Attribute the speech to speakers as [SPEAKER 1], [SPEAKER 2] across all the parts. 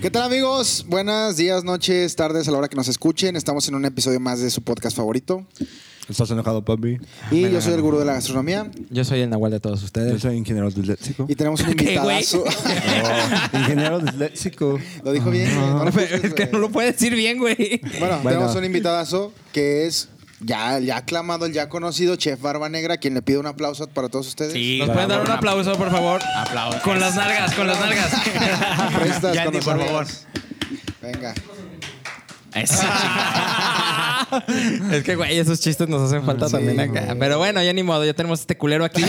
[SPEAKER 1] ¿Qué tal amigos? Buenas días, noches, tardes, a la hora que nos escuchen. Estamos en un episodio más de su podcast favorito.
[SPEAKER 2] ¿Estás enojado, papi?
[SPEAKER 1] Y yo soy el gurú de la gastronomía.
[SPEAKER 3] Yo soy el Nahual de todos
[SPEAKER 2] Yo
[SPEAKER 3] ustedes.
[SPEAKER 2] soy ingeniero disléxico.
[SPEAKER 1] Y tenemos un
[SPEAKER 3] ¿Qué, güey?
[SPEAKER 1] invitadazo.
[SPEAKER 2] Oh, ingeniero disléxico.
[SPEAKER 1] lo dijo bien. güey. No lo juzgues,
[SPEAKER 3] es que
[SPEAKER 1] güey.
[SPEAKER 3] no lo puede decir bien, güey.
[SPEAKER 1] Bueno,
[SPEAKER 2] Bueno.
[SPEAKER 1] tenemos un invitadazo que es ya, ya aclamado, el ya conocido Chef Barba Negra, quien le pido un aplauso para todos ustedes.
[SPEAKER 4] Sí,
[SPEAKER 3] ¿Nos pueden dar un aplauso, por favor?
[SPEAKER 4] Aplausos.
[SPEAKER 3] Con las nalgas, con las nalgas.
[SPEAKER 1] Prestas,
[SPEAKER 4] Yandy,
[SPEAKER 1] con los
[SPEAKER 4] por favor.
[SPEAKER 1] amigos. Venga.
[SPEAKER 4] Eso,
[SPEAKER 3] es que, güey, esos chistes nos hacen falta también acá. Pero bueno, ya ni modo, ya tenemos este culero aquí.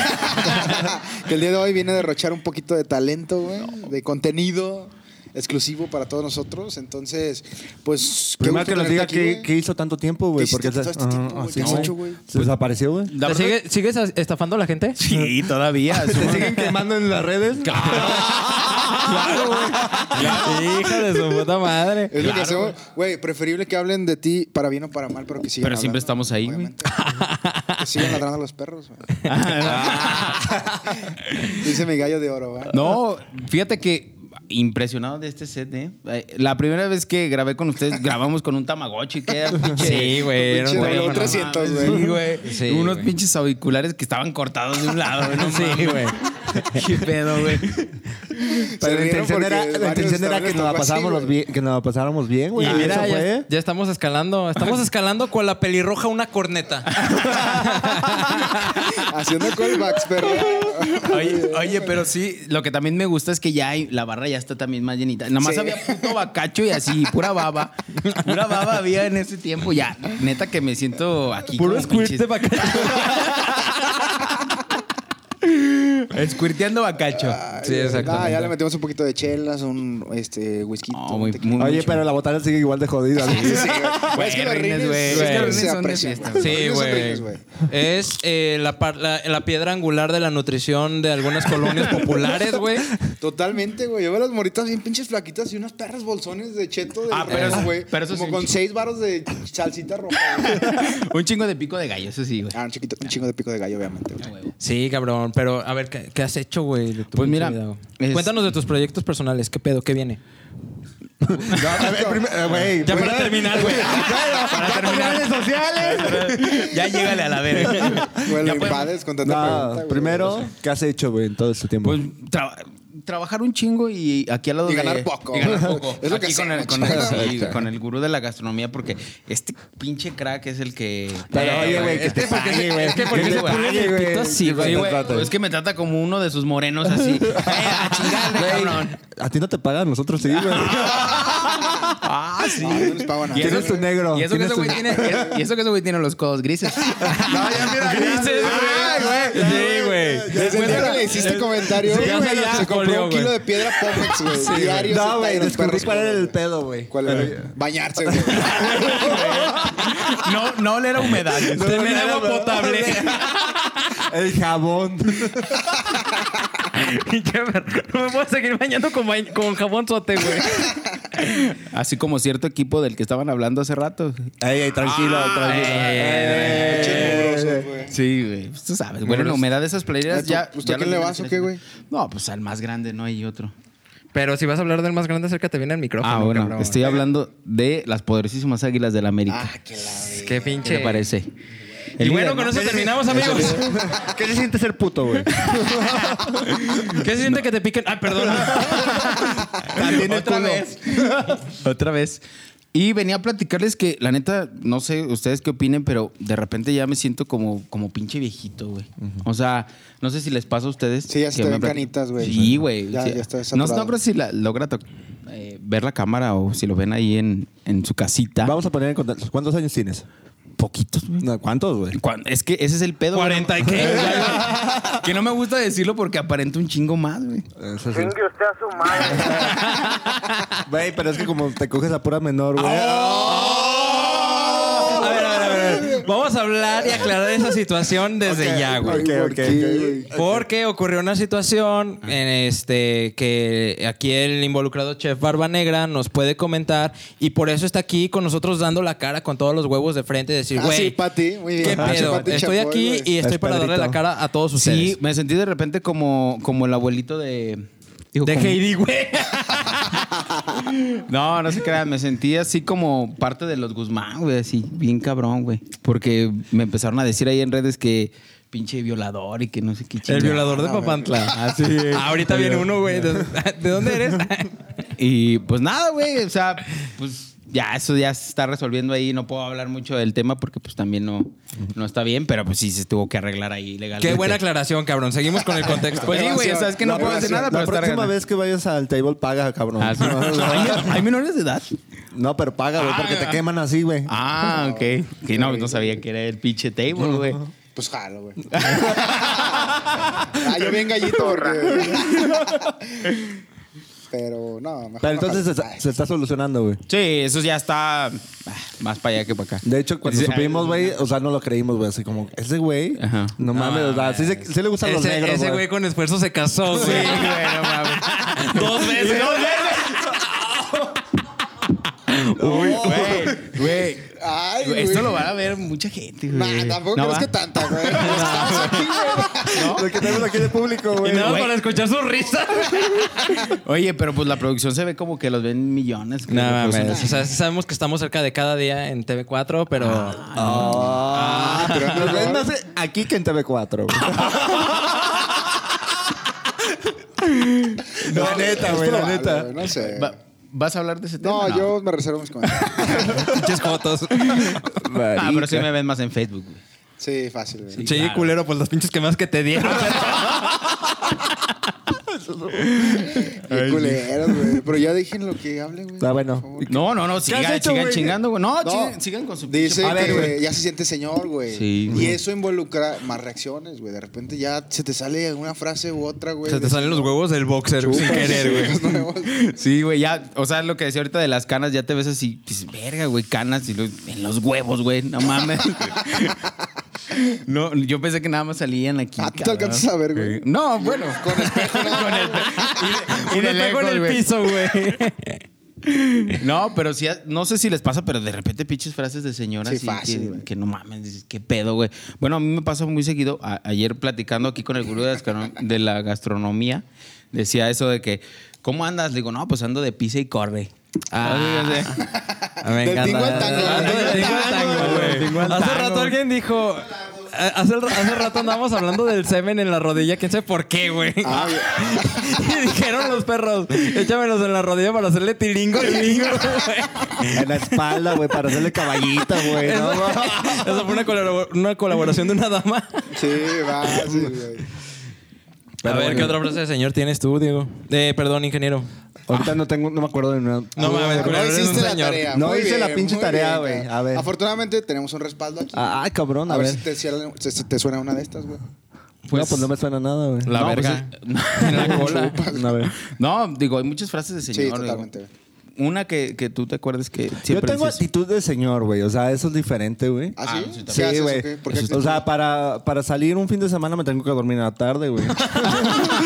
[SPEAKER 1] que el día de hoy viene a derrochar un poquito de talento, güey, de contenido exclusivo para todos nosotros. Entonces, pues. qué
[SPEAKER 2] Primero
[SPEAKER 1] gusto
[SPEAKER 2] que nos
[SPEAKER 1] tenerte
[SPEAKER 2] diga
[SPEAKER 1] aquí, ¿eh?
[SPEAKER 2] qué,
[SPEAKER 1] güey.
[SPEAKER 2] qué hizo tanto tiempo, güey.
[SPEAKER 1] ¿Qué
[SPEAKER 2] Porque
[SPEAKER 1] hiciste todo este
[SPEAKER 2] ajá,
[SPEAKER 1] tiempo, güey?
[SPEAKER 2] así,
[SPEAKER 1] ¿Qué has
[SPEAKER 2] güey.
[SPEAKER 1] hecho, güey?
[SPEAKER 2] ¿Se desapareció, güey?
[SPEAKER 4] La
[SPEAKER 3] ¿Te
[SPEAKER 4] verdad-
[SPEAKER 3] sigue- ¿Sigues estafando a la gente?
[SPEAKER 4] Sí, todavía.
[SPEAKER 2] ¿Te siguen quemando en las redes?
[SPEAKER 3] Claro, güey. Hija de su puta madre.
[SPEAKER 1] Es lo que hacemos. Güey, preferible que hablen de ti para bien o para mal, pero que sigan.
[SPEAKER 4] Pero siempre
[SPEAKER 1] hablando,
[SPEAKER 4] estamos ahí, güey.
[SPEAKER 1] obviamente. que sigan ladrando a los perros, güey. Dice mi gallo de oro, güey.
[SPEAKER 4] No, fíjate que impresionado de este set, ¿eh? Eh, La primera vez que grabé con ustedes, grabamos con un Tamagotchi. Que era pinche-
[SPEAKER 3] Sí, güey. era un
[SPEAKER 1] Pinche
[SPEAKER 3] rollo,
[SPEAKER 1] W
[SPEAKER 3] no
[SPEAKER 1] 300,
[SPEAKER 3] mames.
[SPEAKER 1] güey.
[SPEAKER 3] Sí, güey.
[SPEAKER 4] Sí, unos pinches auriculares que estaban cortados de un lado, ¿no?
[SPEAKER 3] Sí, güey.
[SPEAKER 4] Qué pedo, güey.
[SPEAKER 2] Pero la
[SPEAKER 1] rieron
[SPEAKER 2] intención
[SPEAKER 1] porque
[SPEAKER 2] era, la
[SPEAKER 1] varios
[SPEAKER 2] intención era que,
[SPEAKER 1] estables
[SPEAKER 2] nos la
[SPEAKER 1] tocó así,
[SPEAKER 2] pasáramos
[SPEAKER 1] güey.
[SPEAKER 2] bien, que nos la pasáramos bien,
[SPEAKER 3] Y
[SPEAKER 2] güey. Y eso
[SPEAKER 3] mira,
[SPEAKER 2] fue.
[SPEAKER 3] ya, ya estamos escalando. Estamos escalando con la pelirroja una corneta.
[SPEAKER 1] Haciendo callbacks, perro.
[SPEAKER 4] Oye, oye, pero sí, lo que también me gusta es que ya hay- la barra ya está también más llenita. Nada más
[SPEAKER 1] Sí.
[SPEAKER 4] había puto bacacho y así, pura baba. Pura baba había en ese tiempo. Ya, neta que me siento aquí.
[SPEAKER 3] Puro
[SPEAKER 4] como
[SPEAKER 3] squirt
[SPEAKER 4] pinches-
[SPEAKER 3] de bacacho.
[SPEAKER 4] Squirteando bacacho.
[SPEAKER 3] Sí, exactamente.
[SPEAKER 1] Ah, ya le metimos un poquito de chelas, un este, whisky.
[SPEAKER 4] No,
[SPEAKER 1] un
[SPEAKER 4] muy-
[SPEAKER 1] tequila.
[SPEAKER 4] muy-
[SPEAKER 2] Oye,
[SPEAKER 4] mucho.
[SPEAKER 2] pero la botana sigue igual de jodida. güey.
[SPEAKER 1] Sí, sí, güey.
[SPEAKER 4] Güey,
[SPEAKER 1] Es que los
[SPEAKER 4] rines,
[SPEAKER 1] rines,
[SPEAKER 4] güey.
[SPEAKER 1] es que
[SPEAKER 3] Güey.
[SPEAKER 1] los rines
[SPEAKER 4] Se
[SPEAKER 1] son de
[SPEAKER 4] aprecian,
[SPEAKER 1] fiesta. Los
[SPEAKER 4] güey.
[SPEAKER 3] Sí,
[SPEAKER 1] rines son
[SPEAKER 3] güey.
[SPEAKER 1] rines,
[SPEAKER 3] Es eh, la, par- la- la piedra angular de la nutrición de algunas colonias populares, güey.
[SPEAKER 1] Totalmente, güey. Yo veo las moritas bien pinches flaquitas y unos perros bolsones de cheto de
[SPEAKER 4] Ah, pero
[SPEAKER 1] res,
[SPEAKER 4] eso-
[SPEAKER 1] güey.
[SPEAKER 4] pero eso
[SPEAKER 1] Como
[SPEAKER 4] sí, un
[SPEAKER 1] con
[SPEAKER 4] chi-
[SPEAKER 1] seis varos de salsita roja, güey.
[SPEAKER 4] Un chingo de pico de gallo, eso sí, güey.
[SPEAKER 1] Ah, un, chiquito, un chingo de pico de gallo, obviamente, güey.
[SPEAKER 3] Sí, cabrón. Pero a ver, ¿qué, qué has hecho, güey? de tu
[SPEAKER 4] Pues
[SPEAKER 3] pinche
[SPEAKER 4] mira,
[SPEAKER 3] vida, güey?
[SPEAKER 4] es-
[SPEAKER 3] Cuéntanos de tus proyectos personales. ¿Qué pedo? ¿Qué viene?
[SPEAKER 2] No, a ver, prim- eh, güey,
[SPEAKER 3] Ya
[SPEAKER 2] primero-
[SPEAKER 3] para terminar, güey.
[SPEAKER 2] Ya tus redes sociales.
[SPEAKER 4] Ya llégale a la verga.
[SPEAKER 1] Güey,
[SPEAKER 4] Ya
[SPEAKER 1] lo
[SPEAKER 4] podemos-
[SPEAKER 1] invades con tanta pregunta,
[SPEAKER 2] No,
[SPEAKER 1] güey.
[SPEAKER 2] primero, ¿qué has hecho, güey, en todo este tiempo?
[SPEAKER 4] Pues tra- trabajar un chingo y aquí al lado
[SPEAKER 1] Y
[SPEAKER 4] de-
[SPEAKER 1] ganar poco.
[SPEAKER 4] y ganar poco.
[SPEAKER 1] Es lo que
[SPEAKER 4] Aquí con
[SPEAKER 1] hacemos,
[SPEAKER 4] el, con, el,
[SPEAKER 1] chingada.
[SPEAKER 4] sí, con el gurú de la gastronomía, porque este pinche crack es el que.
[SPEAKER 2] Pero,
[SPEAKER 4] Eh,
[SPEAKER 2] oye, güey, que
[SPEAKER 4] es
[SPEAKER 2] te
[SPEAKER 4] que porque-
[SPEAKER 2] pague, güey.
[SPEAKER 4] Es que porque
[SPEAKER 2] Que te
[SPEAKER 4] ese güey-
[SPEAKER 2] pague, güey.
[SPEAKER 3] pito así,
[SPEAKER 2] Sí,
[SPEAKER 3] güey,
[SPEAKER 4] Sí, güey,
[SPEAKER 2] contrato.
[SPEAKER 4] es que me trata como uno de sus morenos así. Eh, a chingarle,
[SPEAKER 2] Güey,
[SPEAKER 4] cabrón.
[SPEAKER 2] A ti no te pagan, nosotros sí, güey.
[SPEAKER 4] Ah, sí.
[SPEAKER 1] No, no nos pagan nada.
[SPEAKER 4] Y eso-
[SPEAKER 2] Tienes tu negro.
[SPEAKER 4] Y eso que
[SPEAKER 2] tienes
[SPEAKER 4] ese
[SPEAKER 2] tu-
[SPEAKER 4] güey tiene, y eso que ese güey tiene los codos grises.
[SPEAKER 2] No, ya mira, ya,
[SPEAKER 3] Grises,
[SPEAKER 2] ya,
[SPEAKER 3] güey. Sí, güey.
[SPEAKER 1] Desde el día que le hiciste comentario,
[SPEAKER 3] Sí,
[SPEAKER 1] güey,
[SPEAKER 3] güey, ya
[SPEAKER 1] se compró
[SPEAKER 3] colió,
[SPEAKER 1] un kilo
[SPEAKER 3] güey.
[SPEAKER 1] de piedra Pomex, güey. diario se
[SPEAKER 2] No,
[SPEAKER 1] talla
[SPEAKER 2] güey,
[SPEAKER 1] los
[SPEAKER 2] descubrí
[SPEAKER 1] perros,
[SPEAKER 2] cuál era
[SPEAKER 1] güey.
[SPEAKER 2] el pedo, güey.
[SPEAKER 1] ¿Cuál era? Eh, Bañarse, güey.
[SPEAKER 3] Ah,
[SPEAKER 4] No, no le era humedad.
[SPEAKER 3] Tener
[SPEAKER 2] no,
[SPEAKER 3] agua
[SPEAKER 2] no, no.
[SPEAKER 3] potable.
[SPEAKER 2] El jabón.
[SPEAKER 3] Y que me- no me puedo seguir bañando con, bañ- con jabón sote, güey.
[SPEAKER 4] Así como cierto equipo del que estaban hablando hace rato.
[SPEAKER 2] Ey, ey, tranquilo, tranquilo. Ah, Ey,
[SPEAKER 1] Che,
[SPEAKER 2] ey,
[SPEAKER 1] mugroso,
[SPEAKER 2] ey.
[SPEAKER 1] güey.
[SPEAKER 4] Sí, güey. Pues Tú sabes, güey. La humedad de esas
[SPEAKER 1] Ah,
[SPEAKER 4] playeras
[SPEAKER 1] ¿tú-
[SPEAKER 4] ya.
[SPEAKER 1] usted
[SPEAKER 4] ya
[SPEAKER 1] a quién
[SPEAKER 4] las
[SPEAKER 1] le
[SPEAKER 4] venden
[SPEAKER 1] vas o
[SPEAKER 4] así.
[SPEAKER 1] qué, güey?
[SPEAKER 4] No, pues al más grande, no hay otro.
[SPEAKER 3] Pero si vas a hablar del más grande, acércate bien al micrófono.
[SPEAKER 4] Ah, bueno,
[SPEAKER 3] cabrón.
[SPEAKER 4] estoy hablando de las poderosísimas águilas del América.
[SPEAKER 1] Ah, qué la verga.
[SPEAKER 3] Qué
[SPEAKER 4] ¿Qué
[SPEAKER 3] pinche.
[SPEAKER 4] te parece?
[SPEAKER 3] Y
[SPEAKER 4] El
[SPEAKER 3] bueno,
[SPEAKER 4] líder,
[SPEAKER 3] con
[SPEAKER 4] ¿no?
[SPEAKER 3] eso terminamos, amigos.
[SPEAKER 2] ¿Qué se siente ser puto, güey?
[SPEAKER 3] ¿Qué se siente que te piquen? Ah, perdón.
[SPEAKER 2] También el
[SPEAKER 4] Otra
[SPEAKER 2] culo.
[SPEAKER 4] vez. Otra vez. Y venía a platicarles que, la neta, no sé ustedes qué opinen, pero de repente ya me siento como, como pinche viejito, güey. O sea, no sé si les pasa a ustedes.
[SPEAKER 1] Sí, ya se
[SPEAKER 4] que
[SPEAKER 1] te
[SPEAKER 4] me
[SPEAKER 1] ven
[SPEAKER 4] plati-
[SPEAKER 1] canitas, güey.
[SPEAKER 4] Sí, güey.
[SPEAKER 1] Ya-
[SPEAKER 4] Sí.
[SPEAKER 1] ya está
[SPEAKER 4] no,
[SPEAKER 1] saturado.
[SPEAKER 4] no creo si la, logra to- eh, ver la cámara o si lo ven ahí en, en su casita.
[SPEAKER 2] Vamos a poner en contacto. ¿Cuántos años tienes?
[SPEAKER 4] poquitos, güey.
[SPEAKER 2] No, ¿Cuántos, güey?
[SPEAKER 4] Cuan- Es que ese es el pedo. güey.
[SPEAKER 3] 40 y qué.
[SPEAKER 4] que no me gusta decirlo porque aparenta un chingo más, güey.
[SPEAKER 2] Eso sí.
[SPEAKER 5] Chingue usted a su madre.
[SPEAKER 2] Güey, pero es que como te coges a pura menor, güey.
[SPEAKER 4] Ah,
[SPEAKER 3] A ver, a ver, a ver. Vamos a hablar y aclarar esa situación desde ya, güey.
[SPEAKER 2] Ok,
[SPEAKER 1] ¿Por
[SPEAKER 2] ok,
[SPEAKER 1] qué, Ah,
[SPEAKER 2] ok.
[SPEAKER 3] Porque ocurrió una situación en este que aquí el involucrado chef Barba Negra nos puede comentar y por eso está aquí con nosotros dando la cara con todos los huevos de frente y decir,
[SPEAKER 1] Ah,
[SPEAKER 3] güey,
[SPEAKER 1] sí, Pati, muy bien.
[SPEAKER 3] ¿qué
[SPEAKER 1] Ah, sí,
[SPEAKER 3] pedo?
[SPEAKER 1] Pati
[SPEAKER 3] Estoy
[SPEAKER 1] Chapoy,
[SPEAKER 3] aquí
[SPEAKER 1] güey.
[SPEAKER 3] y estoy
[SPEAKER 2] Es
[SPEAKER 3] para darle
[SPEAKER 2] Pedrito.
[SPEAKER 3] la cara a todos
[SPEAKER 4] Sí,
[SPEAKER 3] ustedes.
[SPEAKER 4] me sentí de repente como, como el abuelito de. Digo,
[SPEAKER 3] De
[SPEAKER 4] como-
[SPEAKER 3] Heidi, güey.
[SPEAKER 4] No, no se crean, me sentí así como parte de los Guzmán, güey, así, bien cabrón, güey. Porque me empezaron a decir ahí en redes que pinche violador y que no Ah, sé qué
[SPEAKER 3] El
[SPEAKER 4] chingada.
[SPEAKER 3] violador de Papantla. Así Ahorita viene uno, güey. ¿De de dónde eres?
[SPEAKER 4] Y pues nada, güey, o sea, pues ya eso ya se está resolviendo ahí. No puedo hablar mucho del tema porque pues también no, no está bien, pero pues sí se tuvo que arreglar ahí legalmente.
[SPEAKER 3] Qué buena aclaración, cabrón. Seguimos con el contexto.
[SPEAKER 4] Pues sí, güey, o sea, es que no
[SPEAKER 1] La
[SPEAKER 4] puedo hacer
[SPEAKER 1] relación.
[SPEAKER 2] La
[SPEAKER 4] nada, pero está
[SPEAKER 2] próxima
[SPEAKER 4] arreglando.
[SPEAKER 2] vez que vayas al table, paga, cabrón.
[SPEAKER 4] Ah, sí. ¿Hay, hay menores de edad?
[SPEAKER 2] No, pero paga, güey, porque te queman así, güey.
[SPEAKER 4] Ah, ok. Que no, no sabía que era el pinche table, güey.
[SPEAKER 1] Pues jalo, güey. ah, yo bien gallito, porque- Pero no, mejor.
[SPEAKER 2] Pero
[SPEAKER 1] no
[SPEAKER 2] entonces
[SPEAKER 1] jalo.
[SPEAKER 2] se, se está solucionando, güey.
[SPEAKER 4] Sí, eso ya está ah, más para allá que para acá.
[SPEAKER 2] De hecho, cuando
[SPEAKER 4] Sí, ah.
[SPEAKER 2] supimos, güey, o sea, no lo creímos, güey. Así como, ese güey,
[SPEAKER 4] Ajá. Ah.
[SPEAKER 2] no mames, o sea, sí, se- sí le gustan los
[SPEAKER 3] Ese,
[SPEAKER 2] negros,
[SPEAKER 3] ese güey
[SPEAKER 2] güey.
[SPEAKER 3] con esfuerzo se casó, güey.
[SPEAKER 4] no mames.
[SPEAKER 3] Dos veces.
[SPEAKER 4] Uy, güey, güey.
[SPEAKER 1] Ay, güey.
[SPEAKER 4] Esto lo van a ver mucha gente, güey.
[SPEAKER 1] Nah, tampoco
[SPEAKER 4] No
[SPEAKER 1] crees
[SPEAKER 4] va.
[SPEAKER 1] que tanta, güey. Estamos aquí, güey.
[SPEAKER 2] Lo que tenemos aquí de público,
[SPEAKER 3] Y
[SPEAKER 2] güey.
[SPEAKER 3] nada más
[SPEAKER 4] güey.
[SPEAKER 3] para escuchar su risa.
[SPEAKER 4] Oye, pero pues la producción se ve como que los ven millones. güey.
[SPEAKER 3] No
[SPEAKER 4] Pues,
[SPEAKER 3] mames. O sea, sabemos que estamos cerca de cada día en TV4, pero.
[SPEAKER 2] Ah,
[SPEAKER 1] pero
[SPEAKER 2] nos
[SPEAKER 1] no,
[SPEAKER 2] ven
[SPEAKER 1] no.
[SPEAKER 2] más aquí que en TV4, güey. la neta,
[SPEAKER 1] Es
[SPEAKER 2] güey, la
[SPEAKER 1] probable,
[SPEAKER 2] neta.
[SPEAKER 1] güey, No sé.
[SPEAKER 4] va- ¿Vas a hablar de ese tema?
[SPEAKER 1] No, yo me reservo mis comentarios.
[SPEAKER 3] Pinches fotos.
[SPEAKER 4] Ah, pero sí me ven más en Facebook, güey.
[SPEAKER 1] Sí, fácil, güey.
[SPEAKER 3] Sí, culero, pues las pinches quemadas que te dieron.
[SPEAKER 1] Qué culeros, güey. Pero ya dejen lo que hable, güey.
[SPEAKER 2] Está Ah, bueno.
[SPEAKER 1] por favor.
[SPEAKER 4] No, no, no, sigan,
[SPEAKER 2] hecho,
[SPEAKER 4] sigan
[SPEAKER 2] güey?
[SPEAKER 4] chingando, güey. No,
[SPEAKER 1] No,
[SPEAKER 4] Sigan, sigan con su
[SPEAKER 1] Dice
[SPEAKER 4] pinche- A ver,
[SPEAKER 1] que
[SPEAKER 4] güey.
[SPEAKER 1] ya se siente señor, güey.
[SPEAKER 4] Sí,
[SPEAKER 1] y
[SPEAKER 4] güey.
[SPEAKER 1] eso involucra más reacciones, güey. De repente ya se te sale una frase u otra, güey.
[SPEAKER 3] Se te salen los huevos del boxer güey, sin querer, güey.
[SPEAKER 1] güey.
[SPEAKER 4] Sí, güey, ya, o sea, lo que decía ahorita de las canas, ya te ves así, dices, verga, güey, canas y lo- en los huevos, güey, no mames. no, yo pensé que nada más salían aquí.
[SPEAKER 1] Ah, ¿tú te
[SPEAKER 4] cabrón.
[SPEAKER 1] alcanzas a ver, güey?
[SPEAKER 4] No, bueno.
[SPEAKER 1] Con espejo, ¿no?
[SPEAKER 4] Con el- y de- y
[SPEAKER 3] Un
[SPEAKER 4] de
[SPEAKER 3] espejo en
[SPEAKER 4] lejos,
[SPEAKER 3] el
[SPEAKER 4] güey.
[SPEAKER 3] piso, güey.
[SPEAKER 4] No, pero sí, no sé si les pasa, pero de repente pinches frases de señoras
[SPEAKER 1] Sí,
[SPEAKER 4] y
[SPEAKER 1] fácil,
[SPEAKER 4] que- que,
[SPEAKER 1] güey.
[SPEAKER 4] no mames, dices, qué pedo, güey. Bueno, a mí me pasa muy seguido, a- ayer platicando aquí con el gurú de, las cano- de la gastronomía, decía eso de que, ¿cómo andas? Le digo, no, pues ando de pisa y corre.
[SPEAKER 3] Ah.
[SPEAKER 4] Así, así.
[SPEAKER 3] Me
[SPEAKER 1] Del tingo al tango,
[SPEAKER 3] Ah,
[SPEAKER 1] del
[SPEAKER 3] del
[SPEAKER 1] tingo
[SPEAKER 3] tingo
[SPEAKER 1] al
[SPEAKER 3] al
[SPEAKER 1] tango,
[SPEAKER 3] tango,
[SPEAKER 4] güey.
[SPEAKER 3] güey.
[SPEAKER 4] Tingo al
[SPEAKER 3] Hace
[SPEAKER 4] tango.
[SPEAKER 3] rato alguien dijo. eh, Hace, hace rato andábamos hablando del semen en la rodilla, quién sabe por qué, güey.
[SPEAKER 1] Ah, bien.
[SPEAKER 3] y dijeron los perros, échamelos en la rodilla para hacerle tilingo, tilingo, güey.
[SPEAKER 2] En la espalda, güey, para hacerle caballito, güey. ¿no?
[SPEAKER 3] Eso, eso fue una, colabo- una colaboración de una dama.
[SPEAKER 1] Sí, fácil, güey.
[SPEAKER 3] A ver, ¿qué otra frase de señor tienes tú, Diego? Eh, perdón, ingeniero. Ah,
[SPEAKER 2] Ahorita no tengo, no me acuerdo de nada.
[SPEAKER 3] No mames,
[SPEAKER 1] No
[SPEAKER 3] culero, eres un
[SPEAKER 1] hiciste la
[SPEAKER 3] señor.
[SPEAKER 1] tarea.
[SPEAKER 2] No
[SPEAKER 1] Muy
[SPEAKER 2] hice
[SPEAKER 1] bien,
[SPEAKER 2] la pinche
[SPEAKER 1] muy
[SPEAKER 2] tarea,
[SPEAKER 1] bien,
[SPEAKER 2] güey. A ver.
[SPEAKER 1] Afortunadamente tenemos un respaldo aquí.
[SPEAKER 2] Ah, ay, cabrón,
[SPEAKER 1] a, ver si
[SPEAKER 2] te...
[SPEAKER 1] te, suena- si- si te suena una de estas, güey.
[SPEAKER 2] no, pues no me suena nada, güey.
[SPEAKER 3] La
[SPEAKER 4] No,
[SPEAKER 3] verga.
[SPEAKER 4] pues, eh, en la cola.
[SPEAKER 2] A ver.
[SPEAKER 4] No, digo, hay muchas frases de señor.
[SPEAKER 1] Sí,
[SPEAKER 4] digo.
[SPEAKER 1] totalmente. güey.
[SPEAKER 4] Una que, que tú te acuerdes que siempre
[SPEAKER 2] Yo tengo
[SPEAKER 4] dices,
[SPEAKER 2] actitud de señor, güey. O sea, eso es diferente, güey.
[SPEAKER 1] ¿Ah,
[SPEAKER 4] Ah,
[SPEAKER 1] sí?
[SPEAKER 4] sí, también.
[SPEAKER 1] ¿Sí haces,
[SPEAKER 2] güey.
[SPEAKER 1] ok? ¿Por qué
[SPEAKER 2] O
[SPEAKER 1] actitud?
[SPEAKER 2] sea, para, para salir un fin de semana me tengo que dormir en la tarde, güey.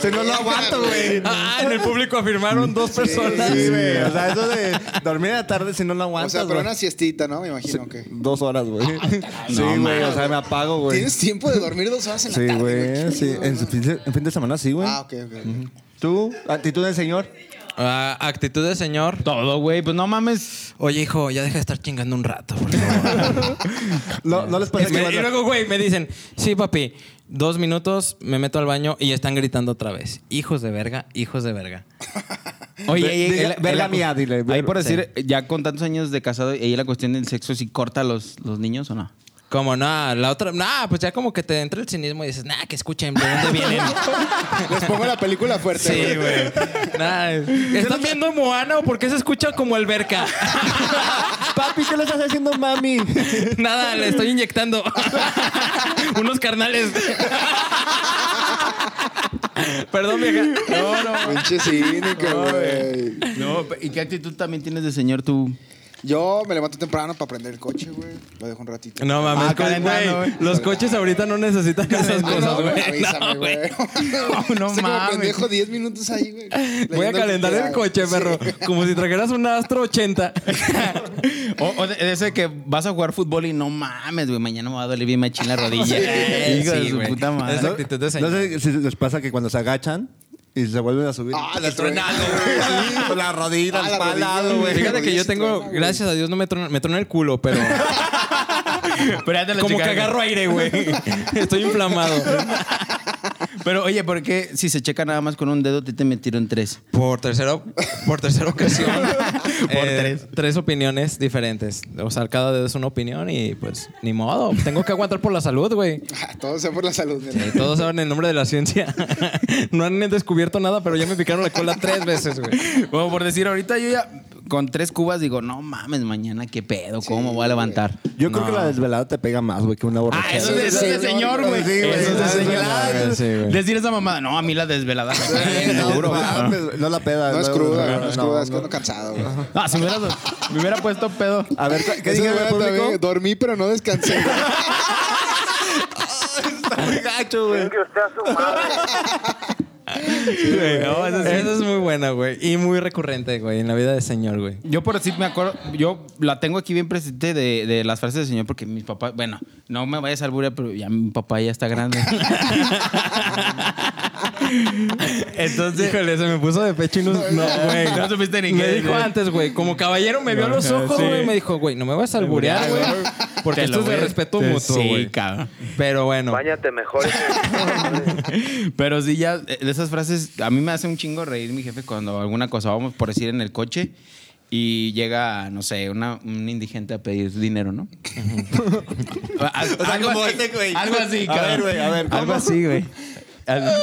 [SPEAKER 2] si no lo aguanto, güey.
[SPEAKER 3] Ah, en el público afirmaron dos personas.
[SPEAKER 2] Sí, güey. O sea, eso de dormir en la tarde si no lo
[SPEAKER 1] O
[SPEAKER 2] aguantas,
[SPEAKER 1] sea, pero
[SPEAKER 2] güey.
[SPEAKER 1] una siestita, ¿no? Me imagino que.
[SPEAKER 2] Dos horas, güey. sí, güey. O sea, me apago, güey.
[SPEAKER 1] ¿Tienes tiempo de dormir dos horas en la
[SPEAKER 2] Sí,
[SPEAKER 1] tarde?
[SPEAKER 2] güey.
[SPEAKER 1] Qué
[SPEAKER 2] Sí.
[SPEAKER 1] chido,
[SPEAKER 2] En
[SPEAKER 1] güey.
[SPEAKER 2] fin de, en fin de semana, sí, güey.
[SPEAKER 1] Ah, ok, ok. ok.
[SPEAKER 2] ¿Tú? ¿Actitud del señor?
[SPEAKER 3] Ah, actitud de señor.
[SPEAKER 4] Todo, güey, pues no mames.
[SPEAKER 3] Oye, hijo, ya deja de estar chingando un rato, por favor.
[SPEAKER 2] No, no les parece que...
[SPEAKER 3] Me- y luego, güey, me dicen, sí, papi, dos minutos, me meto al baño y están gritando otra vez. Hijos de verga, hijos de verga.
[SPEAKER 4] Oye,
[SPEAKER 2] Ve-
[SPEAKER 4] ey,
[SPEAKER 2] diga-
[SPEAKER 4] ey, la-
[SPEAKER 2] verga
[SPEAKER 4] la-
[SPEAKER 2] mía, dile,
[SPEAKER 4] Ahí por
[SPEAKER 2] sí.
[SPEAKER 4] decir, ya con tantos años de casado, y ahí la cuestión del sexo, si corta los, los niños o no?
[SPEAKER 3] Como, nada, la otra, nada, pues ya como que te entra el cinismo y dices, nada, que escuchen, ¿de dónde vienen?
[SPEAKER 1] Les pongo la película fuerte.
[SPEAKER 3] Sí, güey. Nah, ¿Están viendo Moana o por qué se escucha como alberca?
[SPEAKER 2] Papi, ¿qué le estás haciendo, mami?
[SPEAKER 3] Nada, le estoy inyectando unos carnales. Perdón, vieja. No, no.
[SPEAKER 1] Pinche cínico, güey.
[SPEAKER 4] No, ¿y qué actitud también tienes de señor tú?
[SPEAKER 1] Yo me levanto temprano para prender el coche, güey. Lo dejo un ratito.
[SPEAKER 3] No mames,
[SPEAKER 4] Ah,
[SPEAKER 3] co-
[SPEAKER 4] calentando,
[SPEAKER 3] güey,
[SPEAKER 4] güey.
[SPEAKER 3] Los coches ahorita no necesitan
[SPEAKER 1] Ah,
[SPEAKER 3] esas cosas,
[SPEAKER 1] no,
[SPEAKER 3] güey.
[SPEAKER 1] avísame,
[SPEAKER 3] No,
[SPEAKER 1] güey.
[SPEAKER 3] güey.
[SPEAKER 4] No, no
[SPEAKER 1] Estoy como
[SPEAKER 4] mames.
[SPEAKER 1] pendejo 10 minutos ahí, güey.
[SPEAKER 3] Voy a
[SPEAKER 1] Leyendo
[SPEAKER 3] calentar el
[SPEAKER 1] literal.
[SPEAKER 3] coche,
[SPEAKER 1] Sí.
[SPEAKER 3] perro. Como si trajeras un Astro 80.
[SPEAKER 4] O, o de- ese que vas a jugar fútbol y no mames, güey, mañana me va a doler bien machín la rodilla.
[SPEAKER 3] Sí,
[SPEAKER 4] Hijo de
[SPEAKER 3] sí,
[SPEAKER 4] su
[SPEAKER 3] güey.
[SPEAKER 4] puta madre.
[SPEAKER 3] Esa actitud de
[SPEAKER 2] No sé
[SPEAKER 3] señor.
[SPEAKER 2] si les pasa que cuando se agachan, Y se vuelven a subir.
[SPEAKER 1] Ah, la truenado,
[SPEAKER 2] Sí, la rodilla,
[SPEAKER 1] Ah,
[SPEAKER 2] el
[SPEAKER 1] la
[SPEAKER 2] pal
[SPEAKER 1] rodilla,
[SPEAKER 2] lado, güey.
[SPEAKER 1] Fíjate
[SPEAKER 3] Fíjate que yo
[SPEAKER 1] Rodillas
[SPEAKER 3] tengo,
[SPEAKER 1] truenan, güey.
[SPEAKER 3] gracias a Dios, no me trona, me trona el culo, pero
[SPEAKER 4] Pero ya te la
[SPEAKER 3] como que
[SPEAKER 4] checaron.
[SPEAKER 3] agarro aire, güey. Estoy inflamado.
[SPEAKER 4] Pero oye, ¿por qué si se checa nada más con un dedo, te, te metieron tres?
[SPEAKER 3] Por tercera, por tercera ocasión. eh,
[SPEAKER 4] Por tres.
[SPEAKER 3] Tres opiniones diferentes. O sea, cada dedo es una opinión y pues ni modo. Tengo que aguantar por la salud, güey.
[SPEAKER 1] ah, Todo sea por la salud. nena.
[SPEAKER 3] Eh, Todos saben el nombre de la ciencia. No han descubierto nada, pero ya me picaron la cola tres veces, güey.
[SPEAKER 4] Bueno, por decir, ahorita yo ya con tres cubas digo, no mames, mañana qué pedo, cómo me voy a levantar.
[SPEAKER 2] Yo creo que la desvelada te pega más, güey, que una borrachera.
[SPEAKER 4] Ah, eso es de, eso es de señor, güey.
[SPEAKER 2] Sí, güey.
[SPEAKER 4] eso es de
[SPEAKER 2] Sí, güey.
[SPEAKER 4] señor.
[SPEAKER 3] Sí, güey.
[SPEAKER 4] Decir esa mamada, no, a mí la desvelada.
[SPEAKER 1] Sí, no,
[SPEAKER 4] Seguro.
[SPEAKER 2] mames, güey. No la peda.
[SPEAKER 1] No es cruda, no es cruda, es que
[SPEAKER 2] no.
[SPEAKER 1] ando cansado, güey.
[SPEAKER 4] Ah, si me hubiera, me hubiera puesto pedo.
[SPEAKER 2] A ver, ¿qué- ¿qué
[SPEAKER 1] Eso,
[SPEAKER 2] dije
[SPEAKER 1] güey,
[SPEAKER 2] el
[SPEAKER 1] también,
[SPEAKER 2] público?
[SPEAKER 1] Dormí, pero no descansé. güey.
[SPEAKER 2] Muy gacho, güey.
[SPEAKER 3] No, esa, esa es muy buena, güey. Y muy recurrente, güey, en la vida de señor, güey.
[SPEAKER 4] Yo por decir, me acuerdo, yo la tengo aquí bien presente de, de las frases del señor porque mis papás, bueno, no me vayas a alburear, pero ya mi papá ya está grande.
[SPEAKER 3] Entonces, híjole, se me puso de pecho y no, no, güey.
[SPEAKER 4] No supiste ni
[SPEAKER 3] Me
[SPEAKER 4] qué
[SPEAKER 3] dijo
[SPEAKER 4] decir.
[SPEAKER 3] antes, güey, como caballero me vio a los
[SPEAKER 4] Ajá,
[SPEAKER 3] ojos,
[SPEAKER 4] sí.
[SPEAKER 3] güey, me dijo, güey, no me vas a alburear, güey, porque
[SPEAKER 4] Te
[SPEAKER 3] esto
[SPEAKER 4] lo
[SPEAKER 3] es de
[SPEAKER 4] voy a-
[SPEAKER 3] respeto
[SPEAKER 4] te-
[SPEAKER 3] mutuo,
[SPEAKER 4] sí,
[SPEAKER 3] güey.
[SPEAKER 4] cabrón.
[SPEAKER 3] Pero bueno,
[SPEAKER 5] Báñate mejor.
[SPEAKER 4] Pero sí, ya, eh, de esas frases, a mí me hace un chingo reír mi jefe cuando alguna cosa vamos por decir en el coche y llega, no sé, una, un indigente a pedir dinero, ¿no? Al-
[SPEAKER 2] sea,
[SPEAKER 4] algo
[SPEAKER 2] como
[SPEAKER 4] así,
[SPEAKER 2] este, güey.
[SPEAKER 4] Algo así,
[SPEAKER 2] A ver,
[SPEAKER 4] cabrón.
[SPEAKER 2] güey, a ver, ¿cómo?
[SPEAKER 4] Algo así, güey. Al- al-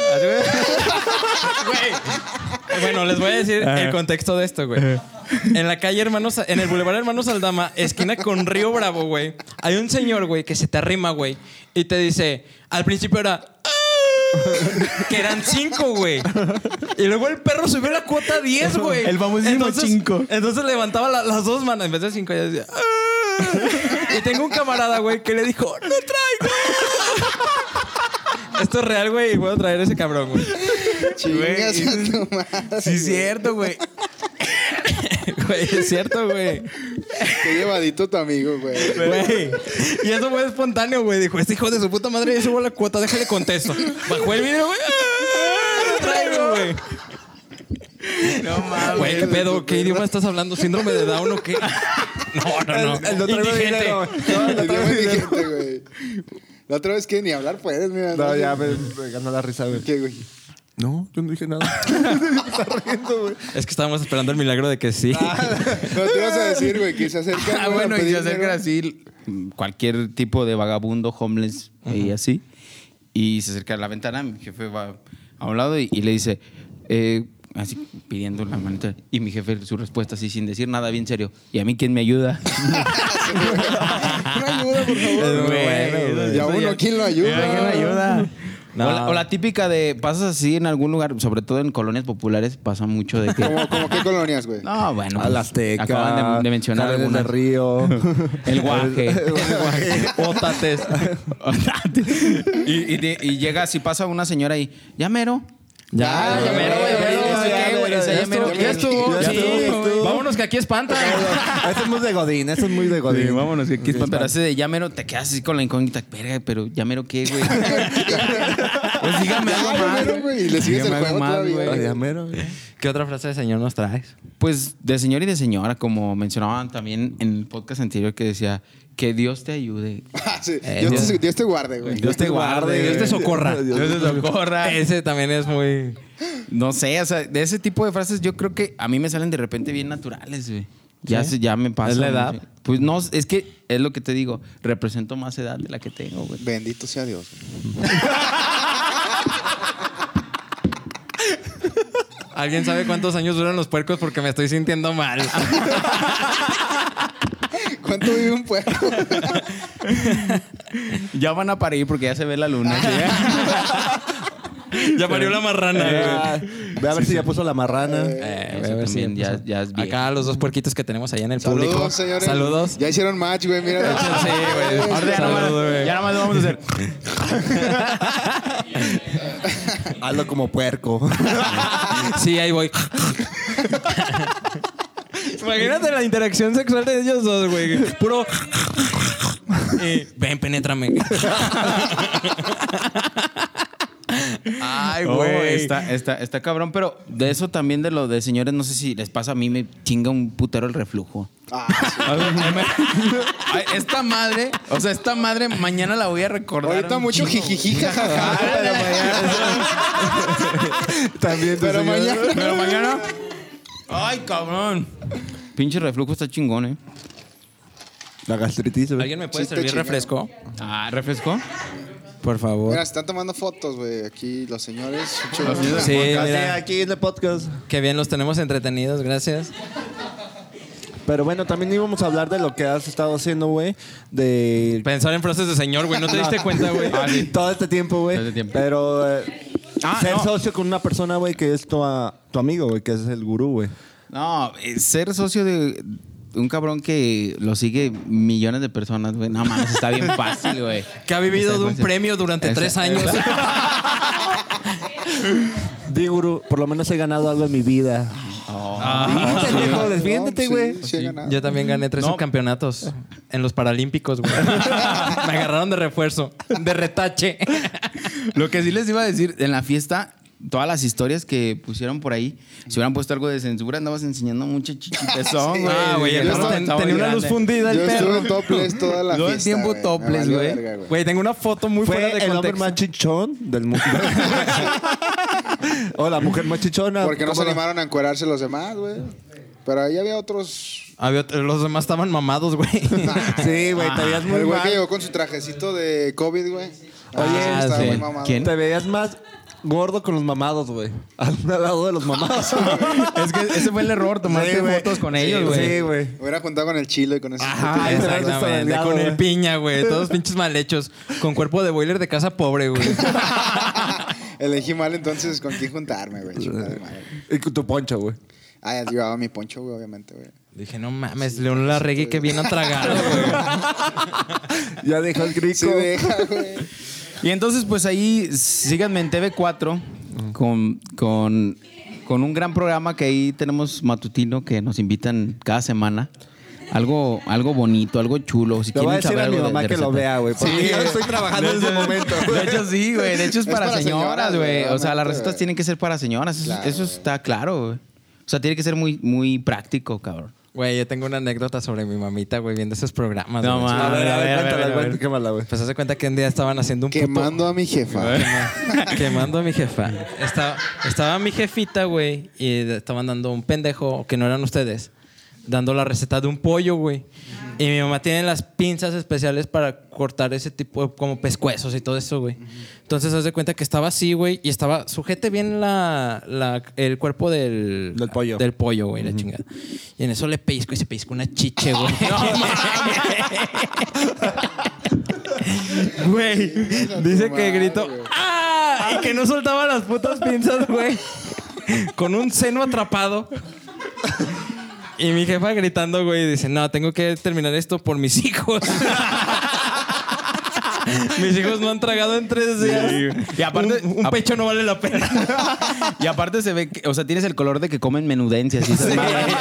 [SPEAKER 3] bueno, les voy a decir el contexto de esto, güey. En la calle Hermanos, en el Boulevard Hermanos Aldama, esquina con Río Bravo, güey, hay un señor, güey, que se te arrima, güey, y te dice, al principio era... "Ah", Que eran cinco, güey. Y luego el perro subió la cuota a 10, güey.
[SPEAKER 4] El famosísimo
[SPEAKER 3] Entonces-
[SPEAKER 4] cinco.
[SPEAKER 3] Entonces levantaba la- las dos manos. En vez de cinco, ya decía. "Ah". Y tengo un camarada, güey, que le dijo: ¡No traigo! Esto es real, güey, y voy a traer ese cabrón, güey.
[SPEAKER 1] Chingas a tu madre,
[SPEAKER 3] Sí, es cierto, güey. Güey, es cierto, güey.
[SPEAKER 1] Qué llevadito tu amigo, güey.
[SPEAKER 3] Güey. Y eso fue espontáneo, güey. Dijo, este hijo de su puta madre ya subo la cuota, déjale contesto. Bajó el video, güey. ¡Ah! Traigo, güey.
[SPEAKER 4] No mames.
[SPEAKER 3] Güey, ¿qué pedo? ¿Qué idioma estás hablando? ¿Síndrome de Down o qué? No, no, no.
[SPEAKER 2] El no traigo
[SPEAKER 3] Indigente.
[SPEAKER 2] dinero.
[SPEAKER 1] Te
[SPEAKER 2] No, no
[SPEAKER 1] dio buen
[SPEAKER 2] traigo dinero.
[SPEAKER 1] dijente, güey. La otra vez que ni hablar puedes, mira.
[SPEAKER 2] No, ya me, me ganó la risa, güey.
[SPEAKER 1] ¿Qué, güey?
[SPEAKER 2] No, yo no dije nada. Está riendo, güey.
[SPEAKER 3] Es que estábamos esperando el milagro de que sí.
[SPEAKER 2] Ah,
[SPEAKER 1] Ah, No te ibas a decir, güey, que se acercan. güey,
[SPEAKER 4] Ah,
[SPEAKER 1] a
[SPEAKER 4] bueno, y
[SPEAKER 1] pedir
[SPEAKER 4] se acercan
[SPEAKER 1] dinero.
[SPEAKER 4] así mm, cualquier tipo de vagabundo, homeless y así. Y se acerca a la ventana, mi jefe va a un lado y, y le dice, eh, así pidiendo la manita. Y mi jefe, su respuesta así, sin decir nada, bien serio. ¿Y a mí quién me ayuda?
[SPEAKER 1] Una ayuda, por favor.
[SPEAKER 4] Güey,
[SPEAKER 1] Y a uno, ¿quién lo ayuda?
[SPEAKER 4] ¿A quién lo ayuda?
[SPEAKER 3] No.
[SPEAKER 4] O, la, o la típica de, pasas así en algún lugar, sobre todo en colonias populares, pasa mucho de que...
[SPEAKER 1] ¿Cómo, cómo qué colonias, güey?
[SPEAKER 4] No, bueno.
[SPEAKER 2] A
[SPEAKER 4] pues,
[SPEAKER 2] la Azteca.
[SPEAKER 4] Acaban de, de mencionar
[SPEAKER 2] Jardines
[SPEAKER 4] algunas.
[SPEAKER 2] del Río.
[SPEAKER 4] El guaje.
[SPEAKER 2] El
[SPEAKER 4] Otates. Otates. Y, y de- y llega, si pasa una señora ahí, ya mero.
[SPEAKER 3] Ya,
[SPEAKER 4] ya mero, güey, ya mero,
[SPEAKER 2] ya
[SPEAKER 4] ya
[SPEAKER 2] mero,
[SPEAKER 4] mero, ya mero.
[SPEAKER 3] Ya estuvo.
[SPEAKER 2] Ya
[SPEAKER 3] sí.
[SPEAKER 2] estuvo, estuvo.
[SPEAKER 3] Vámonos que aquí espanta.
[SPEAKER 2] Eso es muy de Godín, eso es muy de Godín.
[SPEAKER 4] que aquí es Pero ese Pues de ya mero te quedas así con la incógnita. Verga, pero ya mero qué, güey. pues dígame
[SPEAKER 1] Ya
[SPEAKER 4] algo más.
[SPEAKER 1] mero, güey, y le sigues el
[SPEAKER 4] Dígame algo
[SPEAKER 1] juego todavía,
[SPEAKER 4] güey.
[SPEAKER 1] güey.
[SPEAKER 2] Ay, ya mero, güey.
[SPEAKER 3] ¿Qué otra frase de señor nos traes?
[SPEAKER 4] Pues de señor y de señora, como mencionaban también en el podcast anterior que decía, que Dios te ayude.
[SPEAKER 1] Ah, sí.
[SPEAKER 3] Eh,
[SPEAKER 1] Dios,
[SPEAKER 3] Dios.
[SPEAKER 1] te, Dios te guarde, güey.
[SPEAKER 2] Dios te guarde,
[SPEAKER 3] Dios te
[SPEAKER 2] güey.
[SPEAKER 3] socorra.
[SPEAKER 2] Dios te
[SPEAKER 4] socorra.
[SPEAKER 3] Ese también es muy.
[SPEAKER 4] No sé, o sea, de ese tipo de frases yo creo que a mí me salen de repente bien naturales, güey. Ya,
[SPEAKER 3] ¿Sí?
[SPEAKER 4] se- ya me pasa.
[SPEAKER 3] ¿Es la
[SPEAKER 4] mucho.
[SPEAKER 3] edad?
[SPEAKER 4] Pues no, es que es lo que te digo, represento más edad de la que tengo, güey.
[SPEAKER 1] Bendito sea Dios.
[SPEAKER 3] ¿Alguien sabe cuántos años duran los puercos? Porque me estoy sintiendo mal.
[SPEAKER 1] ¿Cuánto vive un puerco?
[SPEAKER 4] Ya van a parir porque ya se ve la luna.
[SPEAKER 3] ya parió la marrana.
[SPEAKER 2] Ah, Ve a ver si ya puso la marrana.
[SPEAKER 3] eh,
[SPEAKER 4] eso también ya- ya es viejo.
[SPEAKER 3] Acá los dos puerquitos que tenemos allá en el público.
[SPEAKER 1] Saludos, señores.
[SPEAKER 3] Saludos.
[SPEAKER 1] Ya hicieron match, güey, mira.
[SPEAKER 3] Sí, güey.
[SPEAKER 4] Ahora ya nada más-
[SPEAKER 3] Saludo, güey.
[SPEAKER 4] ya nada más lo vamos a hacer.
[SPEAKER 2] Hazlo como puerco.
[SPEAKER 3] Sí, ahí voy. Imagínate la interacción sexual de ellos dos, güey. Puro. Y, Ven, penétrame. Ay,
[SPEAKER 4] Oh,
[SPEAKER 3] güey.
[SPEAKER 4] está, está, está cabrón, pero de eso también de lo de señores, no sé si les pasa, a mí me chinga un putero el reflujo.
[SPEAKER 1] Ah,
[SPEAKER 4] A ver, a ver. Ay, esta madre, o sea, esta madre mañana la voy a recordar.
[SPEAKER 1] ahorita
[SPEAKER 4] un
[SPEAKER 1] mucho
[SPEAKER 4] chingo,
[SPEAKER 1] jijiji, jajaja.
[SPEAKER 4] Pero
[SPEAKER 2] También.
[SPEAKER 1] Pero mañana-
[SPEAKER 4] güey. Pero mañana. Ay, cabrón. Pinche reflujo está chingón, ¿eh?
[SPEAKER 2] La gastritis. güey.
[SPEAKER 3] ¿Alguien me puede
[SPEAKER 1] Sí te
[SPEAKER 3] servir
[SPEAKER 1] chingaron.
[SPEAKER 3] refresco?
[SPEAKER 4] Ah, refresco.
[SPEAKER 3] Por favor.
[SPEAKER 1] Mira, se están tomando fotos, güey. Aquí los señores. Mucho gusto.
[SPEAKER 4] señores.
[SPEAKER 3] Sí,
[SPEAKER 2] Ah, sí,
[SPEAKER 3] mira,
[SPEAKER 2] aquí en el podcast.
[SPEAKER 3] qué bien los tenemos entretenidos, gracias.
[SPEAKER 2] Pero bueno, también íbamos a hablar de lo que has estado haciendo, güey. De
[SPEAKER 3] Pensar en frases de señor, güey, ¿no Ah, te diste cuenta, güey?
[SPEAKER 1] Ah,
[SPEAKER 2] Todo este tiempo, güey.
[SPEAKER 4] Todo este tiempo.
[SPEAKER 2] Pero eh,
[SPEAKER 4] Ah,
[SPEAKER 2] ser
[SPEAKER 4] no.
[SPEAKER 2] socio con una persona, güey, que es tu, a- tu amigo, güey, que es el gurú, güey.
[SPEAKER 4] No, eh, ser socio de un cabrón que lo sigue millones de personas, güey. No mames, está bien fácil, güey.
[SPEAKER 3] Que ha vivido
[SPEAKER 4] Está
[SPEAKER 3] de un
[SPEAKER 4] fácil.
[SPEAKER 3] premio durante
[SPEAKER 4] Esa-
[SPEAKER 3] tres años.
[SPEAKER 2] Di, gurú, por lo menos he ganado algo en mi vida. Defiéndete, pendejo, defiéndete,
[SPEAKER 1] Sí,
[SPEAKER 2] güey.
[SPEAKER 1] pues, sí he ganado.
[SPEAKER 3] Ah, Yo también gané tres
[SPEAKER 4] No.
[SPEAKER 3] subcampeonatos en los Paralímpicos, güey. Me agarraron de refuerzo, de retache.
[SPEAKER 4] Lo que sí les iba a decir, en la fiesta, todas las historias que pusieron por ahí, si hubieran puesto algo de censura, andabas enseñando mucho chichipezón, güey.
[SPEAKER 3] Ah, güey,
[SPEAKER 1] Yo
[SPEAKER 3] el
[SPEAKER 1] estaba-
[SPEAKER 3] perro ten- tenía una luz fundida el
[SPEAKER 1] Yo estuve en
[SPEAKER 3] perro.
[SPEAKER 1] topless toda la
[SPEAKER 4] Todo el
[SPEAKER 1] fiesta,
[SPEAKER 4] tiempo
[SPEAKER 1] güey. Me
[SPEAKER 4] topless,
[SPEAKER 1] valió
[SPEAKER 4] güey.
[SPEAKER 1] verga,
[SPEAKER 3] Güey, tengo una foto muy
[SPEAKER 2] Fue
[SPEAKER 3] fuera de
[SPEAKER 2] el hombre
[SPEAKER 3] contexto.
[SPEAKER 2] más chichón del mundo. o la mujer más chichona.
[SPEAKER 1] Porque no se
[SPEAKER 2] ¿Cómo la-
[SPEAKER 1] animaron a encuerarse los demás, güey. Pero ahí había otros.
[SPEAKER 3] Había otro- los demás estaban mamados, güey.
[SPEAKER 2] Sí, güey, te veías muy
[SPEAKER 1] Ah, El güey que
[SPEAKER 2] mal.
[SPEAKER 1] llegó con su trajecito de COVID, güey.
[SPEAKER 3] Oye,
[SPEAKER 1] Ah, estaba
[SPEAKER 3] sí.
[SPEAKER 1] muy mamado.
[SPEAKER 4] ¿Quién?
[SPEAKER 2] Te veías más gordo con los mamados, güey. Al lado de los mamados.
[SPEAKER 4] Es que ese fue el error, tomarte
[SPEAKER 2] Sí, güey.
[SPEAKER 4] fotos con
[SPEAKER 2] Sí,
[SPEAKER 4] ellos, güey.
[SPEAKER 2] Sí, güey.
[SPEAKER 1] Me hubiera juntado con el chilo y con ese.
[SPEAKER 3] Ajá,
[SPEAKER 2] Ahí te ves
[SPEAKER 3] exactamente.
[SPEAKER 2] destabelado,
[SPEAKER 3] Con el
[SPEAKER 2] güey.
[SPEAKER 3] piña, güey. Todos pinches mal hechos. Con cuerpo de boiler de casa pobre, güey.
[SPEAKER 1] Elegí mal entonces con quién juntarme, güey. Chingada madre.
[SPEAKER 2] Y con tu poncho, güey.
[SPEAKER 1] Ah, ya llevaba mi poncho, güey, obviamente, güey.
[SPEAKER 3] Dije, no mames, León la regué que bien atragado, güey.
[SPEAKER 2] Ya dejó el grito.
[SPEAKER 1] Sí, deja, güey.
[SPEAKER 4] Y entonces, pues ahí síganme en TV4 con, con, con un gran programa que ahí tenemos matutino que nos invitan cada semana. Algo, algo bonito, algo chulo. Si
[SPEAKER 2] Le voy a
[SPEAKER 4] quieren
[SPEAKER 2] decir
[SPEAKER 4] saber
[SPEAKER 2] a mi
[SPEAKER 4] algo de-
[SPEAKER 2] mamá
[SPEAKER 4] de
[SPEAKER 2] que lo
[SPEAKER 4] recetas.
[SPEAKER 2] vea, güey. Porque yo estoy trabajando en ese momento.
[SPEAKER 4] De hecho, sí, güey. De hecho, es,
[SPEAKER 1] Es
[SPEAKER 4] para,
[SPEAKER 1] para
[SPEAKER 4] señoras,
[SPEAKER 1] señoras,
[SPEAKER 4] güey. O sea, las
[SPEAKER 1] obviamente,
[SPEAKER 4] recetas
[SPEAKER 1] güey.
[SPEAKER 4] tienen que ser para señoras. Eso,
[SPEAKER 1] Claro,
[SPEAKER 4] eso
[SPEAKER 1] güey.
[SPEAKER 4] está claro, güey. O sea, tiene que ser muy, muy práctico, cabrón.
[SPEAKER 3] Güey, yo tengo una anécdota sobre mi mamita, güey, viendo esos programas.
[SPEAKER 4] No
[SPEAKER 3] güey.
[SPEAKER 4] mames.
[SPEAKER 2] A ver, a ver,
[SPEAKER 4] a ver, a ver.
[SPEAKER 2] cuéntala, cuéntala, quémala, güey.
[SPEAKER 3] Pues hace cuenta que un día estaban haciendo un puto-
[SPEAKER 1] Quemando a mi jefa.
[SPEAKER 3] Quemando a mi jefa. Estaba, estaba mi jefita, güey, y de- estaban dando un pendejo, que no eran ustedes, dando la receta de un pollo, güey. Y mi mamá tiene las pinzas especiales para cortar ese tipo, de- como pescuezos y todo eso, güey. Entonces, haz de cuenta que estaba así, güey, y estaba, sujete bien la, la- el cuerpo del...
[SPEAKER 2] Del pollo.
[SPEAKER 3] Del pollo, güey, la chingada. Y en eso le pellizco y se pellizco una chiche, güey. Güey, dice que gritó ¡Ah! Y que no soltaba las putas pinzas, güey. Con un seno atrapado. Y mi jefa gritando, güey, dice, no, tengo que terminar esto por mis hijos. mis hijos no han tragado en tres días.
[SPEAKER 4] Y aparte-
[SPEAKER 3] un, un pecho no vale la pena.
[SPEAKER 4] Y aparte se ve que, o sea, tienes el color de que comen menudencias. y esas madres.